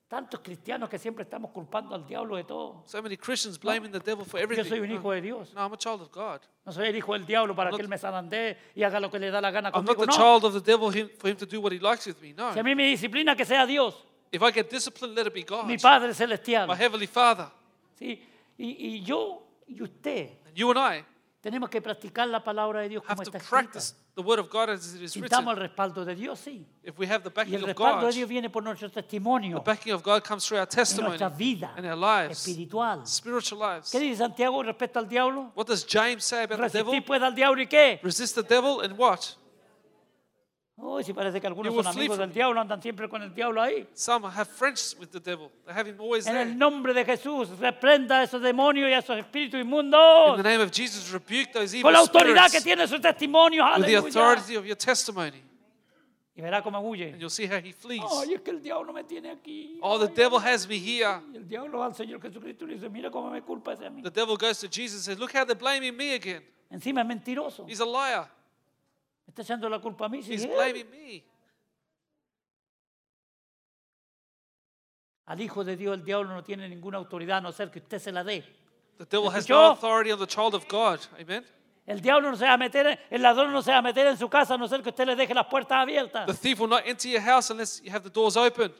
Tantos cristianos que siempre estamos culpando al diablo de todo. So many Christians blaming the devil for everything. Ah. Yo soy un hijo de Dios. No, I'm a child of God. No soy el hijo del diablo para que él me zarandee y haga lo que le da la gana I'm not conmigo. the No. child of the devil him- for him to do what he likes with me. Si No. a mí me disciplina, que sea Dios, If I get disciplined, let it be God, mi Padre my Celestial. heavenly Father. ¿Sí? Y, y yo y usted And you and I, Tenemos que practicar la palabra de Dios como have to está escrita. practice the word of God as it is Sintamos written. el respaldo de Dios, sí. If we have the Y backing el of respaldo God, de Dios viene por nuestro the testimonio, backing of God comes through our en testimony nuestra vida and our lives, espiritual. spiritual lives. ¿Qué dice Santiago respecto al diablo? What does James say about the devil? Resistir pues al diablo y qué? Resist the devil and what? Uy, si parece que algunos You will son flee amigos from- del diablo, andan siempre con el diablo ahí. Some have friends with the devil. They have him always En there. el In nombre de Jesús, reprenda a esos demonios y a esos espíritus inmundos. the name of Jesus, rebuke those Con la evil autoridad que spirits tiene su testimonio. with the Aleluya. authority of your testimony. Y verá cómo And huye. you'll see how he flees. Ay, es que el diablo me tiene aquí. Oh, the Ay, devil has me here. Y el diablo va al Señor Jesucristo y le dice, mira cómo me culpa ese a mí. The devil goes to Jesus and says, Look how they're blaming me again. Encima es mentiroso. Me He's a liar. está echando la culpa a mí. sí, He's él. blaming me. Al Hijo de Dios el diablo no tiene ninguna autoridad a no ser que usted se la dé. The devil has no Escuchó? authority on the child of God. Amen. El diablo no se va a meter, en- el ladrón no se va a meter en su casa a no ser que usted le deje las puertas The abiertas. thief will not enter your house unless you have the doors open.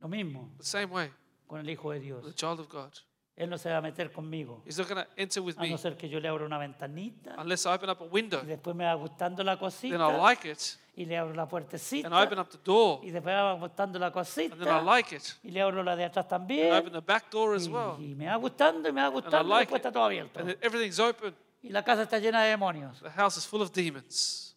Lo mismo The same way, con el Hijo de the Dios. child of God. Él no se va a meter conmigo He's not going to enter with a me Ah, no ser que yo le abra una ventanita unless I open up a window. y después me va gustando la Then I cosita like it y le abro la and I puertecita open up the door. y después me va gustando la And then I cosita like it y le abro la de atrás and también open the back door as well. Y, y me va gustando y me va gustando y like después it. está todo abierto. And then everything's open. Y la casa está llena de demonios. The house is full of demons.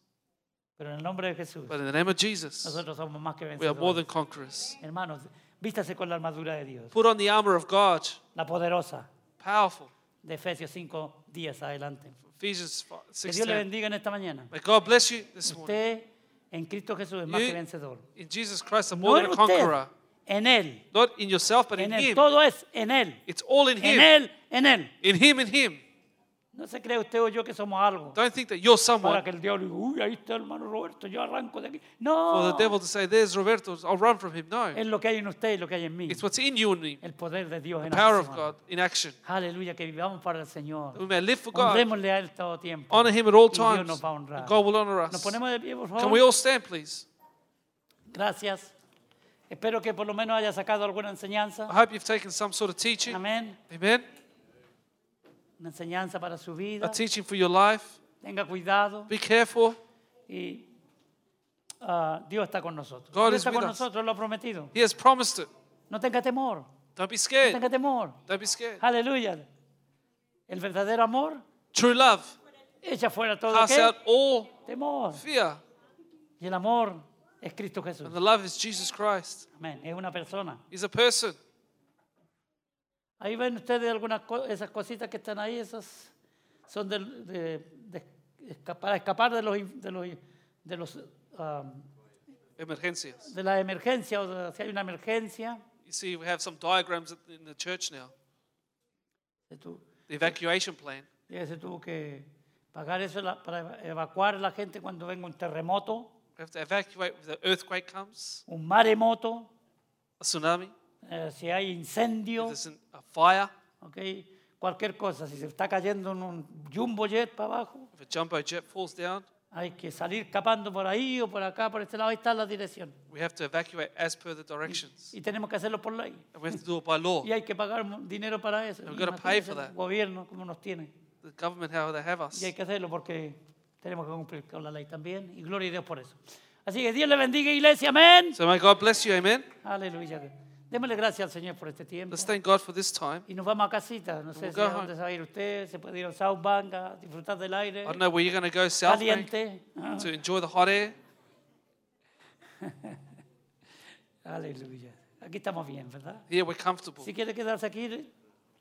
Pero en el nombre de Jesús, But in the name of Jesus, nosotros somos más que we are more than vencedores. conquerors. Hermanos, vístase con la armadura de Dios, Put on the armor of God, la poderosa powerful. de Efesios 5 días adelante. Ephesians 5, Que Dios le 6:10. bendiga en esta mañana. May God bless you this morning. Usted en Cristo Jesús es más You- que vencedor. In Jesus Christ, I'm No more en than a usted, conqueror. en Él. Not in yourself, but in En Él. Him. Todo es en Él. It's all in En Him. Él, en Él. In Him, in Him. No se cree usted o yo que somos algo. Don't think that you're Para someone que el diablo diga, uy, ahí está el hermano Roberto, yo arranco de aquí. for the No. devil to say, There's Roberto, I'll run from him. No. Es lo que hay en usted y lo que hay en mí. It's what's in you and me. El poder de Dios The en power of acción. God in action. Aleluya, que vivamos para el That we Señor. may live for God, Honrémosle a Él todo tiempo. honor Him at all y Dios times, nos va a honrar. and God will honor Nos us. ponemos de pie, por Can we favor. all stand, please? Gracias. Espero que por lo menos haya sacado alguna I enseñanza. hope you've taken some sort of teaching. Amén. Amen. Una enseñanza para su A vida. teaching for your life. Tenga cuidado. Be careful. Y ah, Dios está con nosotros. God Dios is está con with us. nosotros, lo ha prometido. He has promised it. No tenga temor. No Don't be scared. tenga temor. Don't be scared. Aleluya. El verdadero amor True love echa fuera todo casts ¿qué? out all temor. fear. Y el amor es Cristo Jesús. And the love is Jesus Christ. Amén. Es una persona. He's a person. Ahí ven ustedes algunas co- esas cositas que están ahí, esas son del- de, de esca- para escapar de los in- de los in- de los um, Emergencias. de la emergencia o de- si hay una emergencia, You see, we have some diagrams at- in the church now. se, tu- The evacuation plan. eh, se tuvo que pagar eso la- para eva- evacuar a la gente cuando venga un terremoto, We have to evacuate if the earthquake comes, un maremoto, a tsunami, eh, si hay if incendio, there's an- a fire, ¿ok? cualquier cosa, si se está cayendo en un jumbo jet para abajo, if a jumbo jet falls down. hay que salir escapando por ahí o por acá, por este lado, ahí está la dirección. We have to evacuate as per the directions. Y tenemos que hacerlo por ley. And we have to do it by law. Y hay que pagar mu- dinero para eso. And Oh. we've gotta pay Imagínense for that. El gobierno, como nos tiene. The government, how they have us. Y hay que hacerlo porque tenemos que cumplir con la ley también. Y gloria a Dios por eso. Así que Dios le bendiga, iglesia. Amén. So may God bless you, amen. Aleluya. Démosle gracias al Señor por este tiempo. Let's thank God for this time. Y nos vamos a casita. No sé We'll si go a home. dónde se va a ir usted. Se puede ir a South Bank a disfrutar del aire I don't know where you're going to go, South Bank, caliente. Ah, to enjoy the hot air. Ah, Aleluya. Aquí estamos bien, ¿verdad? Here we're comfortable. Si quiere quedarse aquí,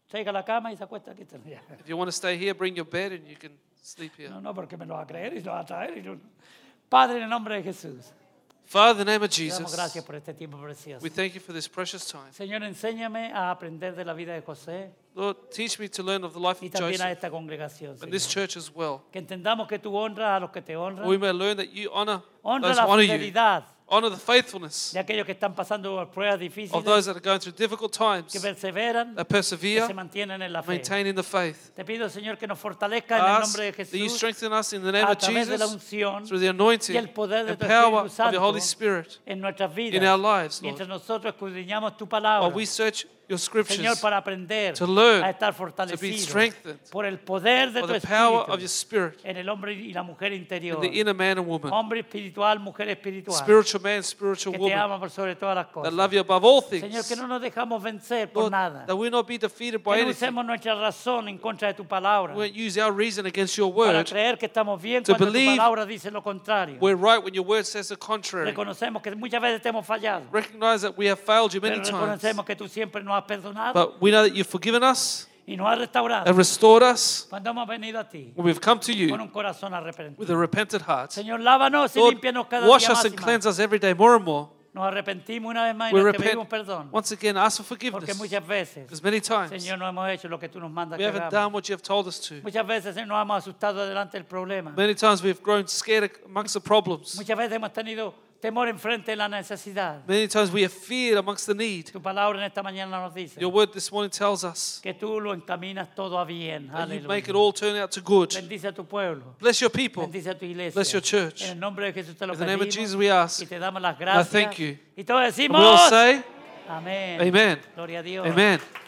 traiga la cama y se acuesta aquí. también. If you want to stay here, bring your bed and you can sleep here. No, no, porque me lo va a creer y lo va a traer. y yo- Padre, en el nombre de Jesús, Father, in the name of te damos Jesus, gracias por este tiempo precioso. we thank you for this precious time. Señor, enséñame a aprender de la vida de José Lord, teach me to learn of the life y of también a Joseph esta congregación. and Señor. this church as well. Que entendamos que tú honras a los que te We honran. may learn that you honor Honra those who la honor you, fidelidad honor the faithfulness de aquellos que están pasando por pruebas of difíciles, those that are going through difficult times, que perseveran, that que persevere, se mantienen en la fe. maintaining the faith. Te pido, Señor, que nos fortalezca en el Ask nombre de that you Jesús strengthen us in the name a of través de la Jesus unción through the anointing y el poder de and tu power Espíritu of your Holy Santo Spirit en nuestras in our vidas. lives, Lord. Mientras nosotros escudriñamos tu While palabra. we search your Señor, scriptures, para aprender to learn, a estar to be fortalecido strengthened por el poder de for tu the power of your espíritu spirit, en el hombre y la mujer interior. the inner man and woman, Hombre espiritual, mujer espiritual. spiritual man, spiritual que te woman, ama por sobre todas las cosas. that love you above all Señor, things. que no nos dejamos vencer por Lord, nada. that we not be defeated by Que no anything. usemos nuestra razón en contra de tu palabra. We won't use our reason against your Para word. creer que estamos bien to cuando tu believe palabra dice lo contrario. We're right when your word says the contrary. Reconocemos que muchas veces te hemos fallado. Recognize that we have failed you many Pero times, reconocemos que tú siempre nos has perdonado but we know that you've forgiven us y nos has and restaurado. restored us Cuando hemos venido a ti when we've come to con you un corazón arrepentido. with a repentant heart. Señor, lávanos y Lord, límpianos cada wash día us más, and y cleanse más. us every day more and more. Nos arrepentimos una vez más y We nos te pedimos repent perdón. once again, ask for Porque forgiveness muchas veces, because many times Señor, no hemos hecho lo que tú nos mandas we que haven't hagamos. done what you have told us to. Muchas veces eh, nos hemos asustado delante del problema. Many times we've grown scared amongst the problems. Muchas veces hemos tenido temor enfrente de la necesidad. Many times we have feared amongst the need. Tu palabra en esta mañana nos dice Your word this morning tells us que tú lo encaminas todo a bien. that you Aleluya. make it all turn out to good. Bendice a tu pueblo. Bless your people. Bendice a tu iglesia. Bless your church. En el nombre de Jesús te lo In the name of pedimos. Jesus we ask. y te damos las I gracias. thank you. Y todos And we all decimos say, Amén. Amen. Gloria a Dios. Amen.